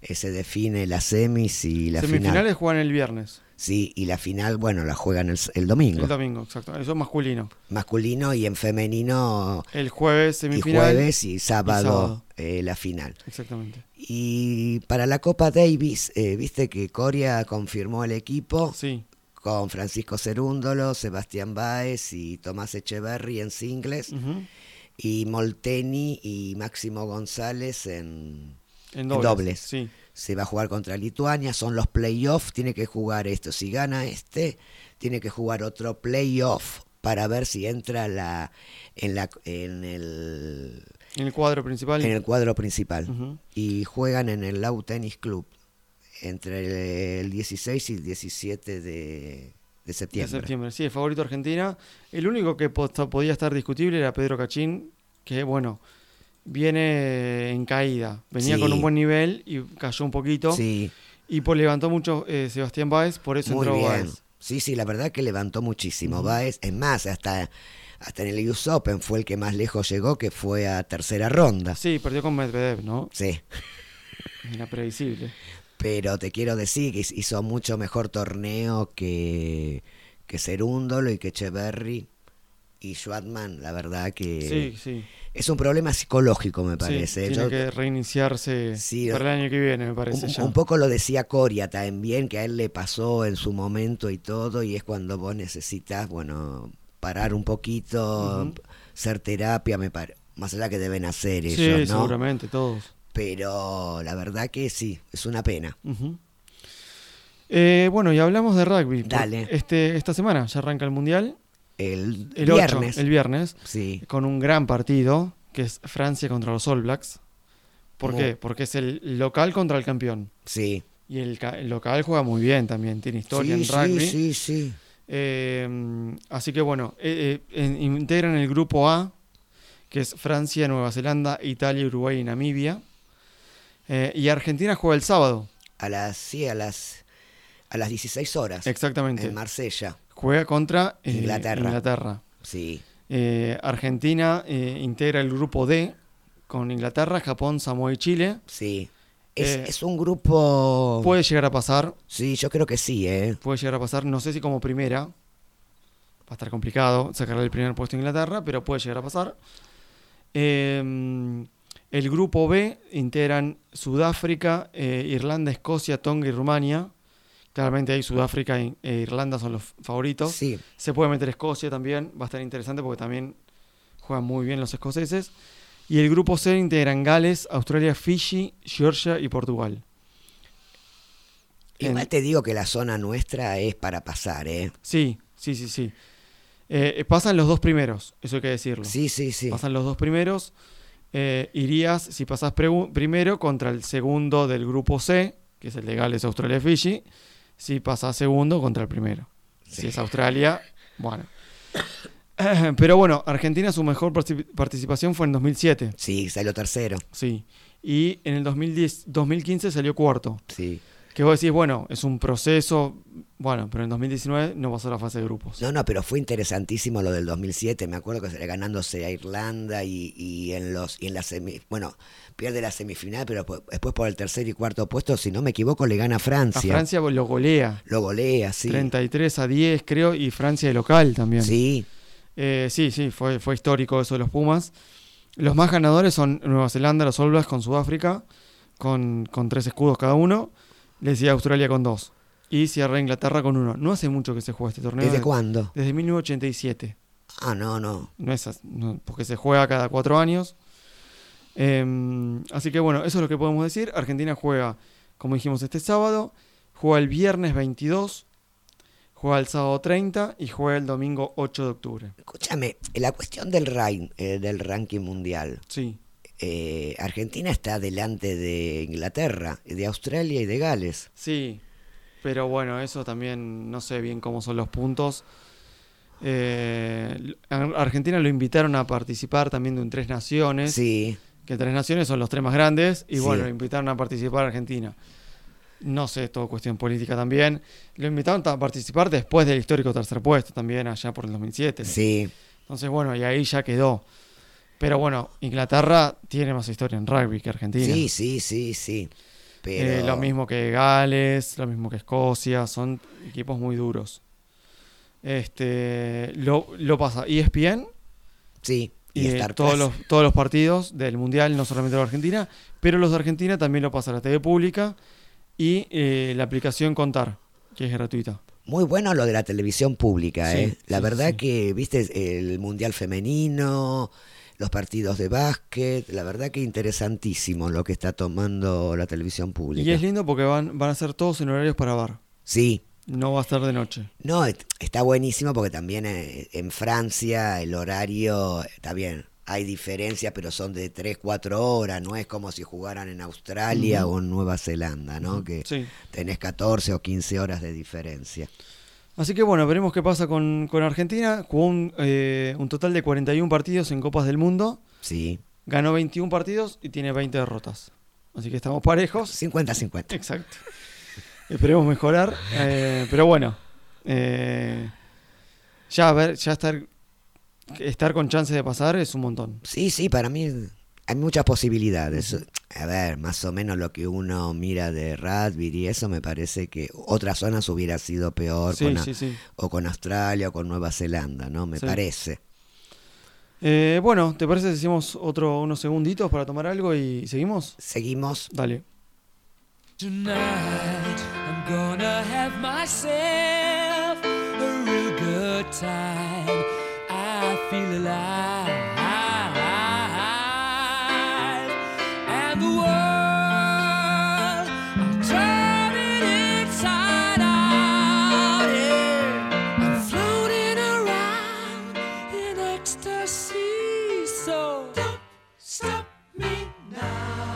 Speaker 4: eh, se define las semis y la final.
Speaker 3: Semifinales juegan el viernes.
Speaker 4: Sí, y la final, bueno, la juegan el, s- el domingo.
Speaker 3: El domingo, exacto. Eso es masculino.
Speaker 4: Masculino y en femenino
Speaker 3: El jueves
Speaker 4: y
Speaker 3: semifinal.
Speaker 4: jueves y sábado,
Speaker 3: sábado.
Speaker 4: eh, la final.
Speaker 3: Exactamente.
Speaker 4: Y para la Copa Davis, eh, viste que Coria confirmó el equipo
Speaker 3: Sí.
Speaker 4: con Francisco Cerúndolo, Sebastián Báez y Tomás Echeverry en singles.
Speaker 3: Ujú.
Speaker 4: y Molteni y Máximo González en,
Speaker 3: En
Speaker 4: dobles,
Speaker 3: dobles. Sí.
Speaker 4: Se va a jugar contra Lituania, son los playoffs, tiene que jugar esto. Si gana este, tiene que jugar otro playoff para ver si entra la, en, la, en, el,
Speaker 3: En el cuadro principal.
Speaker 4: en el cuadro principal.
Speaker 3: Ujú.
Speaker 4: Y juegan en el Lau Tennis Club entre el 16 y el 17 de, de
Speaker 3: de
Speaker 4: septiembre.
Speaker 3: septiembre. Sí, el favorito Argentina. El único que po- podía estar discutible era Pedro Cachín, que bueno, viene en caída. Venía
Speaker 4: Sí.
Speaker 3: con un buen nivel y cayó un poquito.
Speaker 4: Sí,
Speaker 3: Y por levantó mucho eh, Sebastián Báez, por eso
Speaker 4: muy
Speaker 3: entró
Speaker 4: bien.
Speaker 3: Báez.
Speaker 4: Sí, sí, la verdad que levantó muchísimo. Baez, es más, hasta, hasta en el US Open fue el que más lejos llegó, que fue a tercera ronda.
Speaker 3: Sí, perdió con Medvedev, ¿no?
Speaker 4: Sí,
Speaker 3: Era previsible.
Speaker 4: pero te quiero decir que hizo mucho mejor torneo que, que Cerúndolo y que Echeverry y Schwartman. La verdad que
Speaker 3: Sí, sí.
Speaker 4: es un problema psicológico, me
Speaker 3: Sí,
Speaker 4: parece.
Speaker 3: tiene
Speaker 4: Yo-
Speaker 3: que reiniciarse
Speaker 4: Sí,
Speaker 3: para el año que viene, me
Speaker 4: un,
Speaker 3: parece. ya.
Speaker 4: un poco lo decía Coria también, que a él le pasó en su momento y todo, y es cuando vos necesitas, bueno, parar un poquito, hacer terapia, me par- más allá que deben hacer ellos,
Speaker 3: sí,
Speaker 4: ¿no?
Speaker 3: seguramente, todos.
Speaker 4: Pero la verdad que sí, es una pena.
Speaker 3: Ujú. Eh, bueno, y hablamos de rugby. por-
Speaker 4: Dale.
Speaker 3: Este, esta semana ya arranca el Mundial.
Speaker 4: El,
Speaker 3: El
Speaker 4: viernes.
Speaker 3: 8, el viernes.
Speaker 4: Sí.
Speaker 3: Con un gran partido, que es Francia contra los All Blacks. ¿Por
Speaker 4: Oh.
Speaker 3: qué? Porque es el local contra el campeón.
Speaker 4: Sí.
Speaker 3: Y el, ca- el local juega muy bien también, tiene historia
Speaker 4: sí,
Speaker 3: en rugby.
Speaker 4: sí, sí, sí.
Speaker 3: Eh, así que bueno, eh, eh, en- integran el grupo A, que es Francia, Nueva Zelanda, Italia, Uruguay y Namibia. Eh, y Argentina juega el sábado,
Speaker 4: A las, sí, a las, a las 16 horas.
Speaker 3: exactamente.
Speaker 4: En Marsella.
Speaker 3: Juega contra eh,
Speaker 4: Inglaterra.
Speaker 3: Inglaterra.
Speaker 4: Sí.
Speaker 3: Eh, Argentina eh, integra el grupo D con Inglaterra, Japón, Samoa y Chile.
Speaker 4: Sí. Es,
Speaker 3: Eh,
Speaker 4: es un grupo...
Speaker 3: Puede llegar a pasar,
Speaker 4: Sí, yo creo que sí, ¿eh?
Speaker 3: puede llegar a pasar, no sé si como primera, va a estar complicado sacarle el primer puesto a Inglaterra, pero puede llegar a pasar. Eh, el grupo B integran Sudáfrica, eh, Irlanda, Escocia, Tonga y Rumania. Claramente ahí Sudáfrica e e Irlanda son los favoritos.
Speaker 4: Sí.
Speaker 3: Se puede meter Escocia también, va a estar interesante porque también juegan muy bien los escoceses. Y el grupo C integran Gales, Australia, Fiji, Georgia y Portugal. En-
Speaker 4: Igual te digo que la zona nuestra es para pasar, ¿eh?
Speaker 3: Sí, sí, sí, sí. Eh, eh, pasan los dos primeros, eso hay que decirlo.
Speaker 4: Sí, sí, sí.
Speaker 3: Pasan los dos primeros. Eh, irías, si pasás pregu- primero, contra el segundo del grupo C, que es el de Gales, Australia, Fiji. Si pasás segundo, contra el primero. Si es Australia, bueno. Pero bueno, Argentina su mejor particip- participación fue en 2007,
Speaker 4: Sí, salió tercero.
Speaker 3: sí. Y en el 2010, 2015 salió cuarto.
Speaker 4: Sí.
Speaker 3: Que vos decís, bueno, es un proceso, bueno, pero en 2019 no pasó la fase de grupos.
Speaker 4: No, no, pero fue interesantísimo lo del 2007. Me acuerdo que se ganándose a Irlanda y, y en los y en la semi, bueno, pierde la semifinal, pero po- después por el tercer y cuarto puesto, si no me equivoco, le gana a
Speaker 3: A
Speaker 4: Francia.
Speaker 3: Francia lo golea.
Speaker 4: Lo golea, sí.
Speaker 3: 33 a 10, creo, y Francia de local también.
Speaker 4: Sí,
Speaker 3: Eh, sí, sí, fue, fue histórico eso de los Pumas. Los más ganadores son Nueva Zelanda, los All Blacks con Sudáfrica, con, con tres escudos cada uno. Le decía Australia con dos. Y cierra Inglaterra con uno. No hace mucho que se juega este torneo.
Speaker 4: ¿desde
Speaker 3: de-
Speaker 4: cuándo?
Speaker 3: Desde 1987.
Speaker 4: Ah, no, no.
Speaker 3: No es as- no, porque se juega cada cuatro años. Em, así que bueno, eso es lo que podemos decir. Argentina juega, como dijimos, este sábado, juega el viernes 22, juega el sábado 30 y juega el domingo 8 de octubre.
Speaker 4: Escúchame, la cuestión del, rain- eh, del ranking mundial.
Speaker 3: Sí,
Speaker 4: Eh, Argentina está delante de Inglaterra, de Australia y de Gales.
Speaker 3: sí. Pero bueno, eso también no sé bien cómo son los puntos. Eh, a Argentina lo invitaron a participar también de un Tres Naciones.
Speaker 4: Sí.
Speaker 3: que tres naciones son los tres más grandes y
Speaker 4: Sí.
Speaker 3: bueno, lo invitaron a participar a Argentina. No sé, todo cuestión política también. Lo invitaron a participar después del histórico tercer puesto también, allá por el 2007.
Speaker 4: Sí,
Speaker 3: Entonces, bueno, y ahí ya quedó. Pero bueno, Inglaterra tiene más historia en rugby que Argentina.
Speaker 4: sí, sí, sí, sí. Pero
Speaker 3: Eh, lo mismo que Gales, lo mismo que Escocia, son equipos muy duros. Este, lo, lo pasa ESPN
Speaker 4: Sí, y,
Speaker 3: y, eh,
Speaker 4: Star
Speaker 3: todos,
Speaker 4: Plus.
Speaker 3: los, todos los partidos del Mundial, no solamente los de Argentina, pero los de Argentina también lo pasa la TV pública y eh, la aplicación Contar, que es gratuita.
Speaker 4: Muy bueno lo de la televisión pública,
Speaker 3: Sí,
Speaker 4: ¿eh? La
Speaker 3: sí,
Speaker 4: verdad
Speaker 3: sí.
Speaker 4: que, viste, el Mundial Femenino, los partidos de básquet. La verdad que interesantísimo lo que está tomando la televisión pública.
Speaker 3: Y es lindo porque van, van a ser todos en horarios para bar.
Speaker 4: Sí,
Speaker 3: No va a estar de noche.
Speaker 4: No, et- está buenísimo porque también eh, en Francia el horario, está bien, hay diferencias, pero son de 3, 4 horas, no es como si jugaran en Australia o en Nueva Zelanda, ¿no? Que
Speaker 3: Sí.
Speaker 4: tenés 14 o 15 horas de diferencia.
Speaker 3: Así que bueno, veremos qué pasa con, con Argentina. Jugó un, eh, un total de 41 partidos en Copas del Mundo.
Speaker 4: Sí,
Speaker 3: Ganó 21 partidos y tiene 20 derrotas. Así que estamos parejos.
Speaker 4: 50-50.
Speaker 3: Exacto. Esperemos mejorar. eh, pero bueno. eh, ya a ver, ya estar, estar con chances de pasar es un montón.
Speaker 4: Sí, sí, para mí hay muchas posibilidades. A ver, más o menos lo que uno mira de Radbir y eso me parece que otras zonas hubiera sido peor
Speaker 3: Sí,
Speaker 4: con a-
Speaker 3: sí, sí.
Speaker 4: o con Australia o con Nueva Zelanda, ¿no? Me
Speaker 3: Sí.
Speaker 4: parece.
Speaker 3: Eh, bueno, ¿te parece si hicimos otro, unos segunditos para tomar algo y seguimos?
Speaker 4: Seguimos.
Speaker 3: Dale.
Speaker 7: Tonight, I'm gonna have myself a real good time. I feel alive. And the world, I'm turning inside out. Yeah. I'm floating around in ecstasy. So don't stop me now.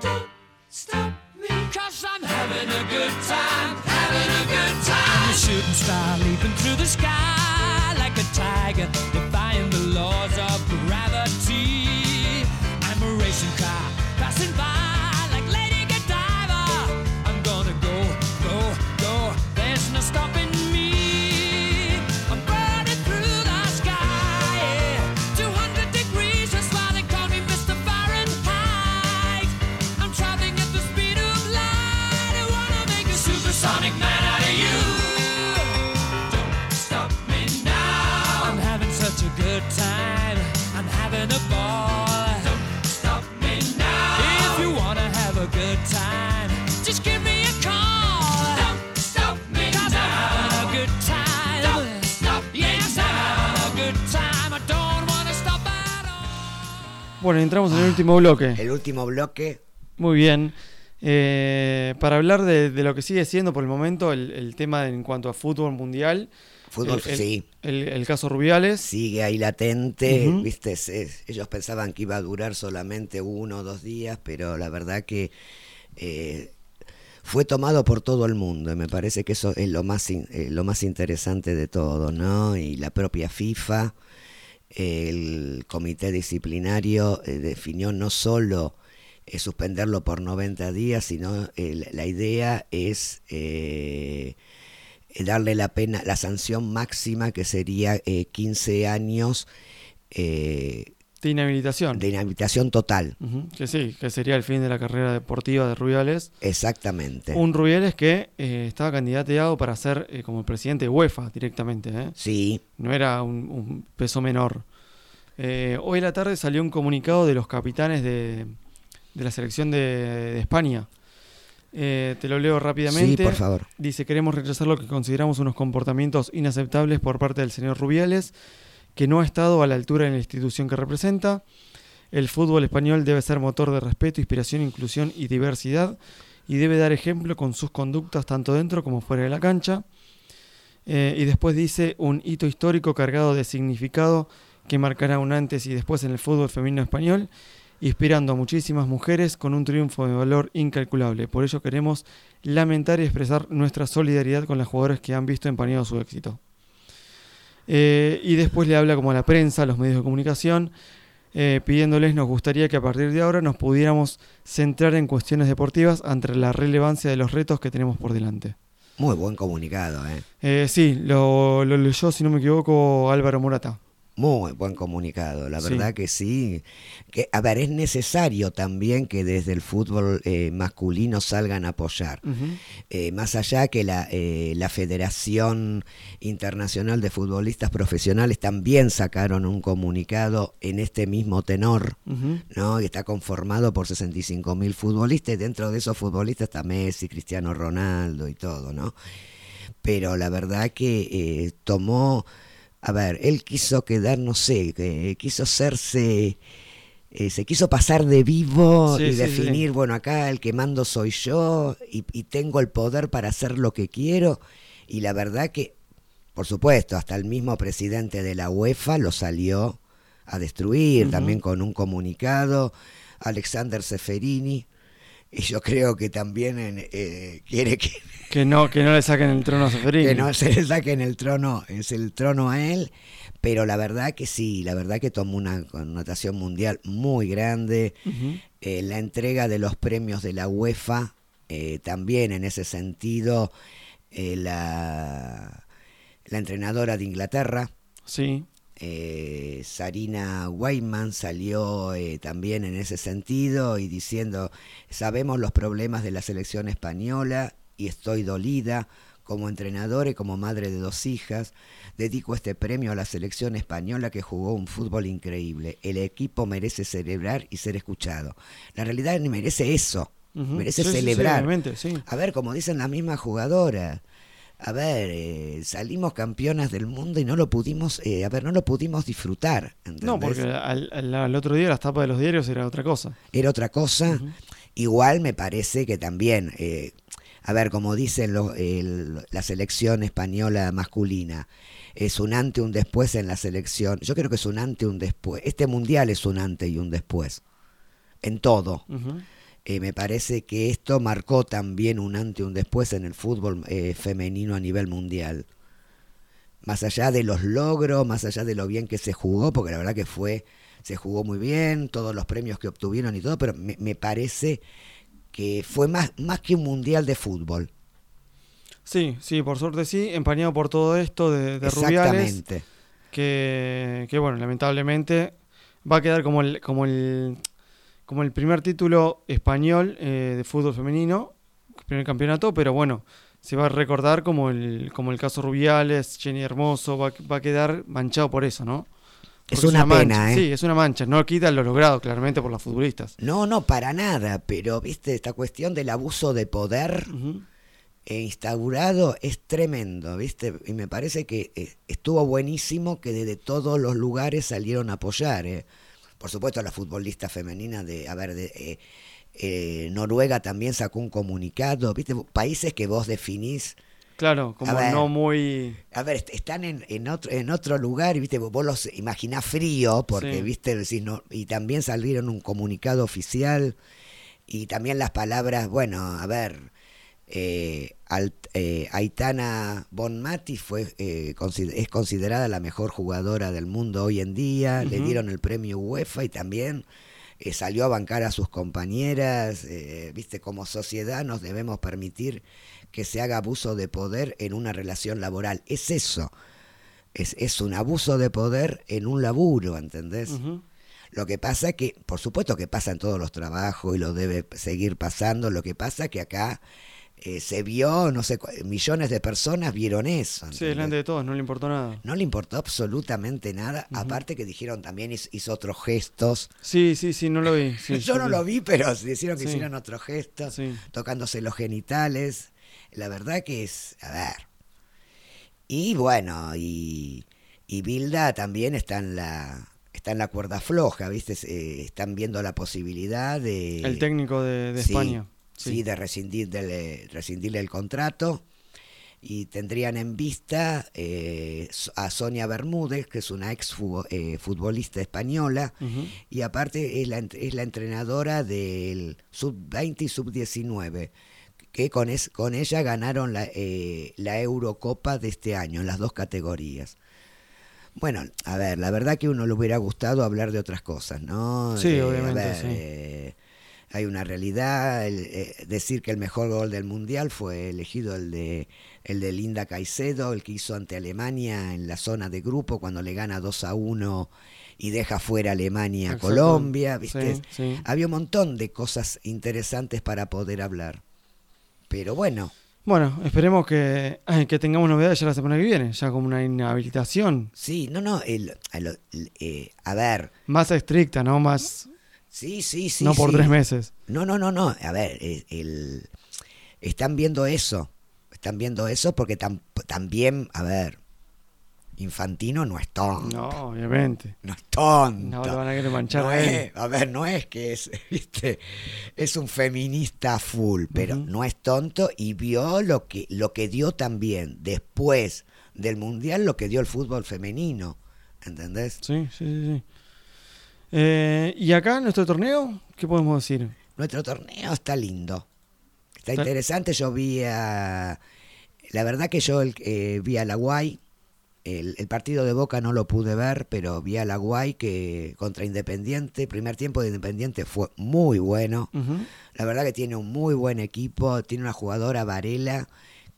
Speaker 7: Don't stop me, cause I'm having a good time, having a good time. I'm a shooting star leaping through the sky like a tiger, defying the laws of gravity. I'm a racing car passing by like Lady Godiva. I'm gonna go, go, go, there's no stopping me. I'm burning through the sky, yeah. 200 degrees, that's why they call me Mr. Fahrenheit. I'm traveling at the speed of light. I wanna make a supersonic man out of you. Don't stop me now. I'm having such a good time. I'm having a ball. Don't stop me now. If you wanna have a good time, just give me a call. Don't stop me now. I'm having a good time. Don't stop me yes, I'm having a good time. I don't wanna stop at all.
Speaker 3: Bueno, entramos en el último bloque.
Speaker 4: El último bloque,
Speaker 3: Muy bien. Eh, para hablar de, de lo que sigue siendo por el momento el, el tema en cuanto a fútbol mundial.
Speaker 4: fútbol,
Speaker 3: el, el-
Speaker 4: sí,
Speaker 3: El, el caso Rubiales.
Speaker 4: sigue ahí latente,
Speaker 3: Ujú.
Speaker 4: viste, se- ellos pensaban que iba a durar solamente uno o dos días, pero la verdad que eh, fue tomado por todo el mundo, y me parece que eso es lo más, in- eh, lo más interesante de todo, ¿no? Y la propia FIFA, el comité disciplinario eh, definió no solo eh, suspenderlo por 90 días, sino eh, la- la idea es... eh, eh, darle la pena, la sanción máxima que sería eh, 15 años eh,
Speaker 3: De inhabilitación.
Speaker 4: de inhabilitación total.
Speaker 3: Ujú, Que sí, que sería el fin de la carrera deportiva de Rubiales.
Speaker 4: Exactamente.
Speaker 3: Un Rubiales que eh, estaba candidateado para ser eh, como el presidente de UEFA directamente. ¿eh?
Speaker 4: Sí,
Speaker 3: No era un, un peso menor. Eh, hoy a la tarde salió un comunicado de los capitanes de, de la selección de, de España. Eh, te lo leo
Speaker 4: sí,
Speaker 3: rápidamente.
Speaker 4: por favor.
Speaker 3: Dice, queremos rechazar lo que consideramos unos comportamientos inaceptables por parte del señor Rubiales, que no ha estado a la altura en la institución que representa. El fútbol español debe ser motor de respeto, inspiración, inclusión y diversidad y debe dar ejemplo con sus conductas tanto dentro como fuera de la cancha. Eh, y después dice un hito histórico cargado de significado que marcará un antes y después en el fútbol femenino español, inspirando a muchísimas mujeres con un triunfo de valor incalculable. Por ello queremos lamentar y expresar nuestra solidaridad con las jugadoras que han visto empañado su éxito. Eh, y después le habla como a la prensa, a los medios de comunicación, eh, pidiéndoles nos gustaría que a partir de ahora nos pudiéramos centrar en cuestiones deportivas ante la relevancia de los retos que tenemos por delante.
Speaker 4: Muy buen comunicado, ¿eh?
Speaker 3: Eh, sí, lo, lo leyó, si no me equivoco, Álvaro Morata.
Speaker 4: Muy buen comunicado, la
Speaker 3: Sí.
Speaker 4: verdad que sí. Que, a ver, es necesario también que desde el fútbol eh, masculino salgan a apoyar.
Speaker 3: Mm.
Speaker 4: Eh, más allá que la, eh, la Federación Internacional de Futbolistas Profesionales también sacaron un comunicado en este mismo tenor,
Speaker 3: Ujú.
Speaker 4: ¿no? Y está conformado por 65 mil futbolistas, y dentro de esos futbolistas está Messi, Cristiano Ronaldo y todo, ¿no? Pero la verdad que eh, tomó a ver, él quiso quedar, no sé, que- eh, quiso hacerse, eh, se quiso pasar de vivo
Speaker 3: Sí, sí,
Speaker 4: y
Speaker 3: sí.
Speaker 4: definir, bueno, acá el que mando soy yo y, y tengo el poder para hacer lo que quiero. Y la verdad que, por supuesto, hasta el mismo presidente de la UEFA lo salió a destruir, también con un comunicado, Alexander Seferini. Y yo creo que también en- eh, quiere que
Speaker 3: Que no, que no le saquen el trono a Seferini.
Speaker 4: que no se le saquen el trono, es el trono a él, pero la verdad que sí, la verdad que tomó una connotación mundial muy grande.
Speaker 3: Ujú.
Speaker 4: Eh, la entrega de los premios de la UEFA, eh, también en ese sentido, eh, la, la entrenadora de Inglaterra,
Speaker 3: Sí.
Speaker 4: eh, Sarina Weyman salió eh, también en ese sentido y diciendo, sabemos los problemas de la selección española y estoy dolida. Como entrenadora y como madre de dos hijas, dedico este premio a la selección española que jugó un fútbol increíble. El equipo merece celebrar y ser escuchado. La realidad merece eso,
Speaker 3: Ujú.
Speaker 4: merece
Speaker 3: Sí, sí, sí,
Speaker 4: celebrar.
Speaker 3: obviamente, sí.
Speaker 4: A ver, como dicen las mismas jugadoras. A ver, eh, salimos campeonas del mundo y no lo pudimos, eh, a ver, no lo pudimos disfrutar. ¿entendés?
Speaker 3: No, porque al, al- al otro día las tapas de los diarios era otra cosa.
Speaker 4: Era otra cosa. Igual me parece que también, eh, a ver, como dicen los- el- la selección española masculina, es un antes y un después en la selección. Yo creo que es un antes y un después. Este mundial es un antes y un después. En todo.
Speaker 3: Ujú.
Speaker 4: Eh, me parece que esto marcó también un antes y un después en el fútbol eh, femenino a nivel mundial. Más allá de los logros, más allá de lo bien que se jugó, porque la verdad que fue, se jugó muy bien, todos los premios que obtuvieron y todo, pero me, me parece que fue más, más que un mundial de fútbol.
Speaker 3: Sí, sí, por suerte sí, empañado por todo esto de, de Rubiales,
Speaker 4: Exactamente.
Speaker 3: que, que, bueno, lamentablemente va a quedar como el, como el, como el primer título español eh, de fútbol femenino, primer campeonato, pero bueno, se va a recordar como el, como el caso Rubiales, Jenny Hermoso, va, va a quedar manchado por eso, ¿no?
Speaker 4: Es
Speaker 3: Porque
Speaker 4: una pena,
Speaker 3: mancha,
Speaker 4: ¿eh?
Speaker 3: Sí, es una mancha, no quitan lo logrado claramente por las futbolistas.
Speaker 4: No, no, para nada, pero viste, esta cuestión del abuso de poder.
Speaker 3: Ujú.
Speaker 4: e instaurado es tremendo, ¿viste? Y me parece que eh, estuvo buenísimo que desde todos los lugares salieron a apoyar. ¿eh? Por supuesto, la futbolista femenina de, a ver, de, eh, eh, Noruega también sacó un comunicado, ¿viste? Países que vos definís,
Speaker 3: Claro, como
Speaker 4: ver.
Speaker 3: no muy...
Speaker 4: a ver, est- están en, en otro, en otro lugar, ¿viste? Vos los imaginás frío, porque,
Speaker 3: Sí.
Speaker 4: ¿viste? Decís, no, y también salieron un comunicado oficial y también las palabras, bueno, a ver, eh, Alt- eh, Aitana Bonmati fue, eh, consi- es considerada la mejor jugadora del mundo hoy en día, le
Speaker 3: Ujú.
Speaker 4: dieron el premio UEFA y también eh, salió a bancar a sus compañeras, eh, viste, como sociedad nos debemos permitir que se haga abuso de poder en una relación laboral, es eso. Es, es un abuso de poder en un laburo, ¿entendés?
Speaker 3: ujú.
Speaker 4: Lo que pasa que, por supuesto que pasa en todos los trabajos y lo debe seguir pasando, lo que pasa que acá eh, se vio, no sé, cu- millones de personas vieron eso.
Speaker 3: Sí,
Speaker 4: ¿entendés?
Speaker 3: delante de todos, no le importó nada.
Speaker 4: No le importó absolutamente nada, aparte que dijeron también hizo, hizo otros gestos.
Speaker 3: Sí, sí, sí, no lo vi. sí,
Speaker 4: Yo no lo vi, pero se hicieron que
Speaker 3: Sí.
Speaker 4: hicieron otros gestos,
Speaker 3: Sí.
Speaker 4: tocándose los genitales. La verdad que es, a ver. Y bueno, y, y Bilda también está en la está en la cuerda floja, ¿viste? Se- eh, están viendo la posibilidad de
Speaker 3: El técnico de, de
Speaker 4: Eh, sí,
Speaker 3: España.
Speaker 4: Sí, de rescindir del, eh, rescindirle el contrato. Y tendrían en vista eh, so- a Sonia Bermúdez, que es una ex fugo- eh, futbolista española,
Speaker 3: Ujú.
Speaker 4: y aparte es la, en- es la entrenadora del sub-20 y sub-19, que con, es- con ella ganaron la, eh, la Eurocopa de este año, en las dos categorías. Bueno, a ver, la verdad que a uno le hubiera gustado hablar de otras cosas, ¿no?
Speaker 3: Sí,
Speaker 4: a
Speaker 3: obviamente,
Speaker 4: ver,
Speaker 3: sí.
Speaker 4: eh, hay una realidad, el, eh, decir que el mejor gol del Mundial fue elegido el de, el de Linda Caicedo, el que hizo ante Alemania en la zona de grupo cuando le gana 2 a 1 y deja fuera a Alemania, a
Speaker 3: Exacto.
Speaker 4: Colombia, ¿viste?
Speaker 3: Sí, sí.
Speaker 4: Había un montón de cosas interesantes para poder hablar. Pero bueno,
Speaker 3: Bueno, esperemos que, que tengamos novedades ya la semana que viene, ya como una inhabilitación
Speaker 4: sí, no, no, el- a lo- el- eh, a ver,
Speaker 3: más estricta, ¿no? Más,
Speaker 4: sí, sí, sí.
Speaker 3: no por
Speaker 4: sí.
Speaker 3: tres meses.
Speaker 4: No, no, no, no. A ver, eh, el- están viendo eso. Están viendo eso porque tam- también, a ver, Infantino no es tonto.
Speaker 3: No,
Speaker 4: No,
Speaker 3: obviamente.
Speaker 4: es tonto.
Speaker 3: No lo van a querer manchar
Speaker 4: No
Speaker 3: a él.
Speaker 4: es- a ver, no es que es, viste, es un feminista full, pero no es tonto y vio lo que, lo que dio también después del Mundial, lo que dio el fútbol femenino, ¿entendés?
Speaker 3: Sí, sí, sí. sí. Eh, ¿Y acá nuestro torneo? ¿Qué podemos decir?
Speaker 4: Nuestro torneo está lindo, está
Speaker 3: Está-
Speaker 4: interesante, yo vi a, la verdad que yo el- eh, vi a la Guay, el, el partido de Boca no lo pude ver, pero vi a la Guay que contra Independiente, primer tiempo de Independiente fue muy bueno.
Speaker 3: Ujú.
Speaker 4: La verdad que tiene un muy buen equipo, tiene una jugadora Varela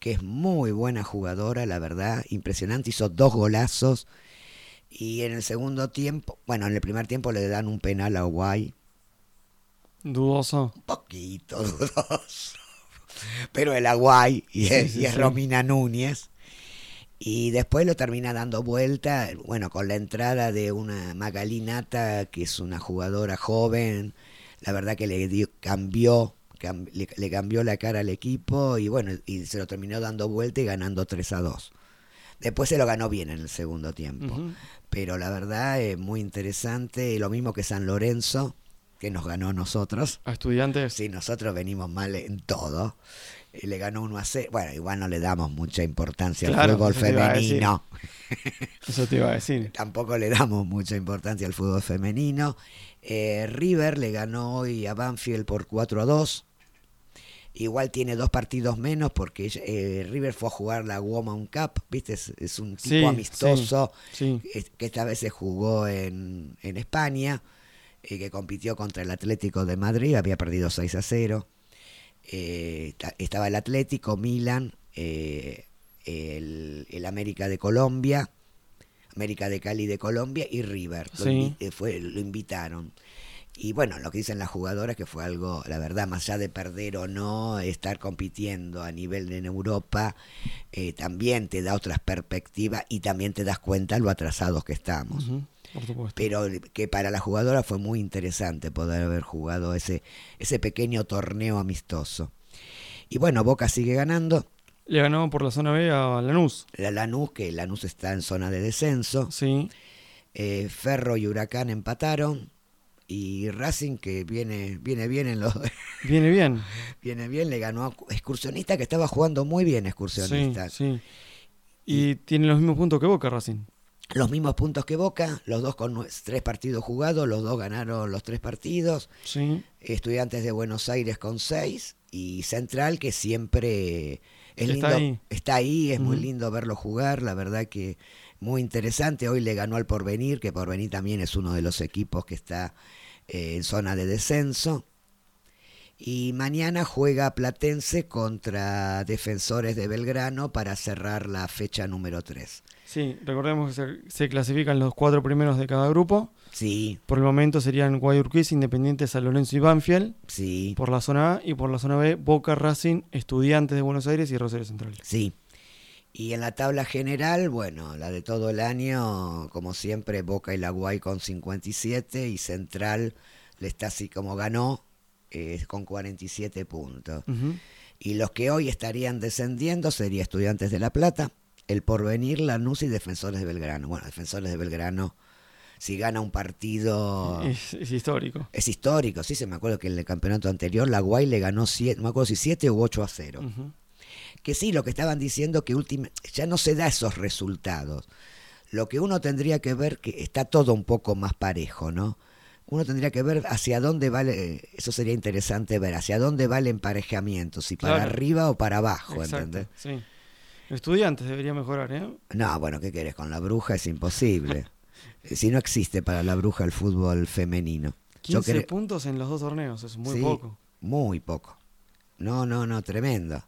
Speaker 4: que es muy buena jugadora, la verdad, impresionante, hizo dos golazos y en el segundo tiempo, bueno, en el primer tiempo le dan un penal a Uruguay,
Speaker 3: Dudoso.
Speaker 4: un poquito dudoso, pero el Aguay y es,
Speaker 3: Sí, sí,
Speaker 4: y es
Speaker 3: sí.
Speaker 4: Romina Núñez. Y después lo termina dando vuelta, bueno, con la entrada de una Magalinata, que es una jugadora joven, la verdad que le dio- cambió, cam- le, le cambió la cara al equipo y bueno, y se lo terminó dando vuelta y ganando 3 a 2. Después se lo ganó bien en el segundo tiempo.
Speaker 3: Ujú.
Speaker 4: Pero la verdad es muy interesante, lo mismo que San Lorenzo, que nos ganó a nosotros.
Speaker 3: A estudiantes.
Speaker 4: Sí, nosotros venimos mal en todo. Y le ganó 1 a 0. Bueno, igual no le damos mucha importancia
Speaker 3: Claro,
Speaker 4: al fútbol
Speaker 3: eso te iba a decir.
Speaker 4: femenino.
Speaker 3: Eso te iba a decir.
Speaker 4: Tampoco le damos mucha importancia al fútbol femenino. Eh, River le ganó hoy a Banfield por 4 a 2. Igual tiene dos partidos menos porque ella- eh, River fue a jugar la Woman Cup, ¿viste? Es, es un tipo
Speaker 3: Sí,
Speaker 4: amistoso
Speaker 3: sí, sí.
Speaker 4: es- que esta vez se jugó en, en España, eh, que compitió contra el Atlético de Madrid, había perdido 6 a 0. Eh, ta- estaba el Atlético, Milan, eh, el, el América de Colombia, América de Cali de Colombia y River. Lo,
Speaker 3: Sí.
Speaker 4: invi- eh, fue, lo invitaron. Y bueno, lo que dicen las jugadoras que fue algo, la verdad, más allá de perder o no, estar compitiendo a nivel en Europa, eh, también te da otras perspectivas y también te das cuenta lo atrasados que estamos.
Speaker 3: Ujú, Por supuesto.
Speaker 4: Pero que para la jugadora fue muy interesante poder haber jugado ese, ese pequeño torneo amistoso. Y bueno, Boca sigue ganando.
Speaker 3: Le ganó por la zona B a Lanús.
Speaker 4: La Lanús, que Lanús está en zona de descenso.
Speaker 3: Sí.
Speaker 4: Eh, Ferro y Huracán empataron. Y Racing, que viene, viene bien en los,
Speaker 3: Viene bien.
Speaker 4: viene bien, le ganó a Excursionista, que estaba jugando muy bien
Speaker 3: Sí,
Speaker 4: Excursionista.
Speaker 3: sí. Y tiene los mismos puntos que Boca Racing.
Speaker 4: Los mismos puntos que Boca, los dos con nue- tres partidos jugados, los dos ganaron los tres partidos.
Speaker 3: Sí.
Speaker 4: Estudiantes de Buenos Aires con seis y Central que siempre es
Speaker 3: Está
Speaker 4: lindo-
Speaker 3: ahí.
Speaker 4: está ahí, es muy
Speaker 3: Ujú.
Speaker 4: lindo verlo jugar, la verdad que muy interesante. Hoy le ganó al Porvenir, que Porvenir también es uno de los equipos que está eh, en zona de descenso. Y mañana juega Platense contra Defensores de Belgrano para cerrar la fecha número 3.
Speaker 3: Sí, recordemos que se, se clasifican los cuatro primeros de cada grupo.
Speaker 4: Sí,
Speaker 3: Por el momento serían Guayurquiz, Independiente, San Lorenzo y Banfield.
Speaker 4: sí.
Speaker 3: Por la zona A y por la zona B, Boca Racing, Estudiantes de Buenos Aires y Rosario Central.
Speaker 4: Sí. Y en la tabla general, bueno, la de todo el año, como siempre, Boca y la Guay con 57 y Central le está así como ganó eh, con 47 puntos.
Speaker 3: Ujú.
Speaker 4: Y los que hoy estarían descendiendo serían Estudiantes de La Plata, El Porvenir, Lanús y Defensores de Belgrano. Bueno, Defensores de Belgrano, si gana un partido...
Speaker 3: Es, es histórico.
Speaker 4: Es histórico, sí, se me acuerdo que en el campeonato anterior la Guay le ganó 7, no me acuerdo si 7 u 8 a 0
Speaker 3: Ujú.
Speaker 4: que sí, lo que estaban diciendo que última, ya no se da esos resultados. Lo que uno tendría que ver, que está todo un poco más parejo, ¿no? Uno tendría que ver hacia dónde vale, eso sería interesante ver, hacia dónde va el emparejamiento, si para
Speaker 3: Claro.
Speaker 4: arriba o para abajo,
Speaker 3: Exacto,
Speaker 4: ¿entendés?
Speaker 3: Sí. Estudiantes debería mejorar, ¿eh?
Speaker 4: No, bueno, ¿qué querés? Con la bruja es imposible. si no existe para la bruja el fútbol femenino.
Speaker 3: 15
Speaker 4: creo-
Speaker 3: puntos en los dos torneos, es muy
Speaker 4: Sí,
Speaker 3: poco.
Speaker 4: Muy poco. No, no, no, tremendo.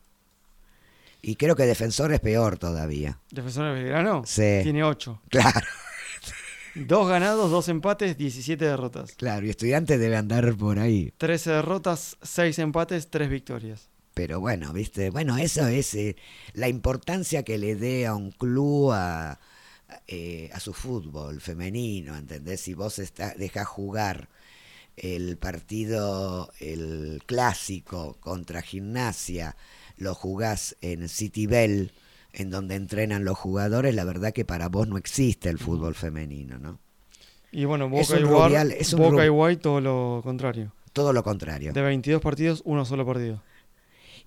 Speaker 4: Y creo que defensor es peor todavía.
Speaker 3: Defensor de Belgrano
Speaker 4: Sí.
Speaker 3: tiene 8.
Speaker 4: Claro.
Speaker 3: Dos ganados, dos empates, 17 derrotas.
Speaker 4: Claro, y estudiante debe andar por ahí.
Speaker 3: 13 derrotas, 6 empates, 3 victorias.
Speaker 4: Pero bueno, viste, bueno, eso es eh, la importancia que le dé a un club a, a, eh, a su fútbol femenino, ¿entendés? Si vos está, dejás jugar el partido, el clásico contra gimnasia, lo jugás en City Bell, en donde entrenan los jugadores, la verdad que para vos no existe el fútbol femenino, ¿no?
Speaker 3: Y bueno,
Speaker 4: Es
Speaker 3: Boca, y,
Speaker 4: un
Speaker 3: Guar-
Speaker 4: rubial, es un
Speaker 3: Boca y
Speaker 4: rub-
Speaker 3: Guay todo lo contrario.
Speaker 4: Todo lo contrario.
Speaker 3: De 22 partidos, uno solo perdido.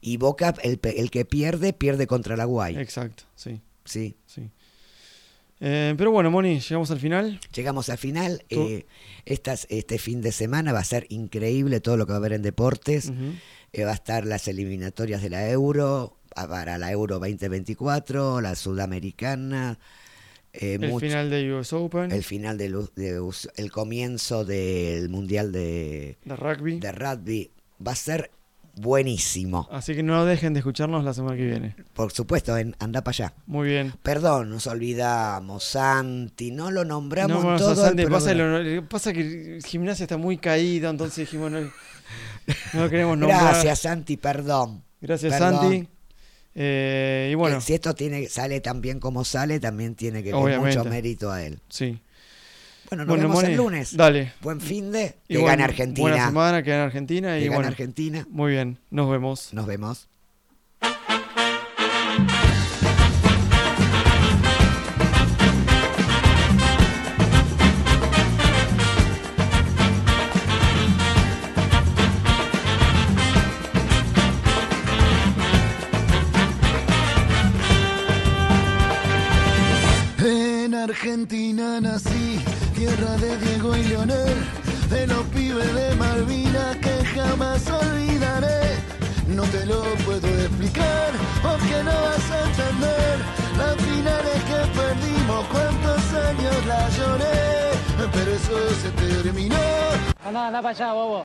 Speaker 4: Y Boca, el, pe- el que pierde, pierde contra la Guay.
Speaker 3: Exacto, sí,
Speaker 4: Sí.
Speaker 3: sí. Eh, pero bueno, Moni, llegamos al final.
Speaker 4: Llegamos al final.
Speaker 3: Tú-
Speaker 4: eh, estas, este fin de semana va a ser increíble todo lo que va a haber en deportes.
Speaker 3: Ujú.
Speaker 4: Eh, va a estar las eliminatorias de la Euro, a- para la Euro 2024, la Sudamericana. eh,
Speaker 3: El
Speaker 4: mucho-
Speaker 3: final de US Open,
Speaker 4: el final del u- de us- el comienzo del Mundial de,
Speaker 3: de rugby.
Speaker 4: de Rugby. Va a ser buenísimo.
Speaker 3: Así que no dejen de escucharnos la semana que viene.
Speaker 4: Por supuesto, en Anda para allá.
Speaker 3: Muy bien.
Speaker 4: Perdón, nos olvidamos, Santi, no lo nombramos
Speaker 3: No, bueno,
Speaker 4: todo el
Speaker 3: Santi, pasa,
Speaker 4: programa.
Speaker 3: lo- pasa que gimnasia está muy caída, entonces dijimos no, no lo queremos nombrar.
Speaker 4: Gracias, Santi, perdón.
Speaker 3: Gracias,
Speaker 4: Perdón.
Speaker 3: Santi. Eh, y bueno,
Speaker 4: Que Si esto tiene, sale tan bien como sale, también tiene que ver
Speaker 3: Obviamente.
Speaker 4: mucho mérito a él.
Speaker 3: sí.
Speaker 4: Bueno, nos
Speaker 3: Bueno,
Speaker 4: vemos
Speaker 3: Moni,
Speaker 4: el lunes.
Speaker 3: Dale.
Speaker 4: Buen fin de.
Speaker 3: Y
Speaker 4: Que
Speaker 3: bueno,
Speaker 4: gana
Speaker 3: Buena
Speaker 4: Argentina.
Speaker 3: semana, que gana Argentina.
Speaker 4: que
Speaker 3: Y
Speaker 4: gana
Speaker 3: bueno,
Speaker 4: Argentina.
Speaker 3: muy bien, nos vemos.
Speaker 4: Nos vemos.
Speaker 1: En Argentina nací, tierra de Diego y Leonel, de los pibes de Malvinas que jamás olvidaré. No te lo puedo explicar, porque no vas a entender las finales que perdimos, cuántos años la lloré, pero eso se terminó.
Speaker 2: Andá, andá para allá, bobo.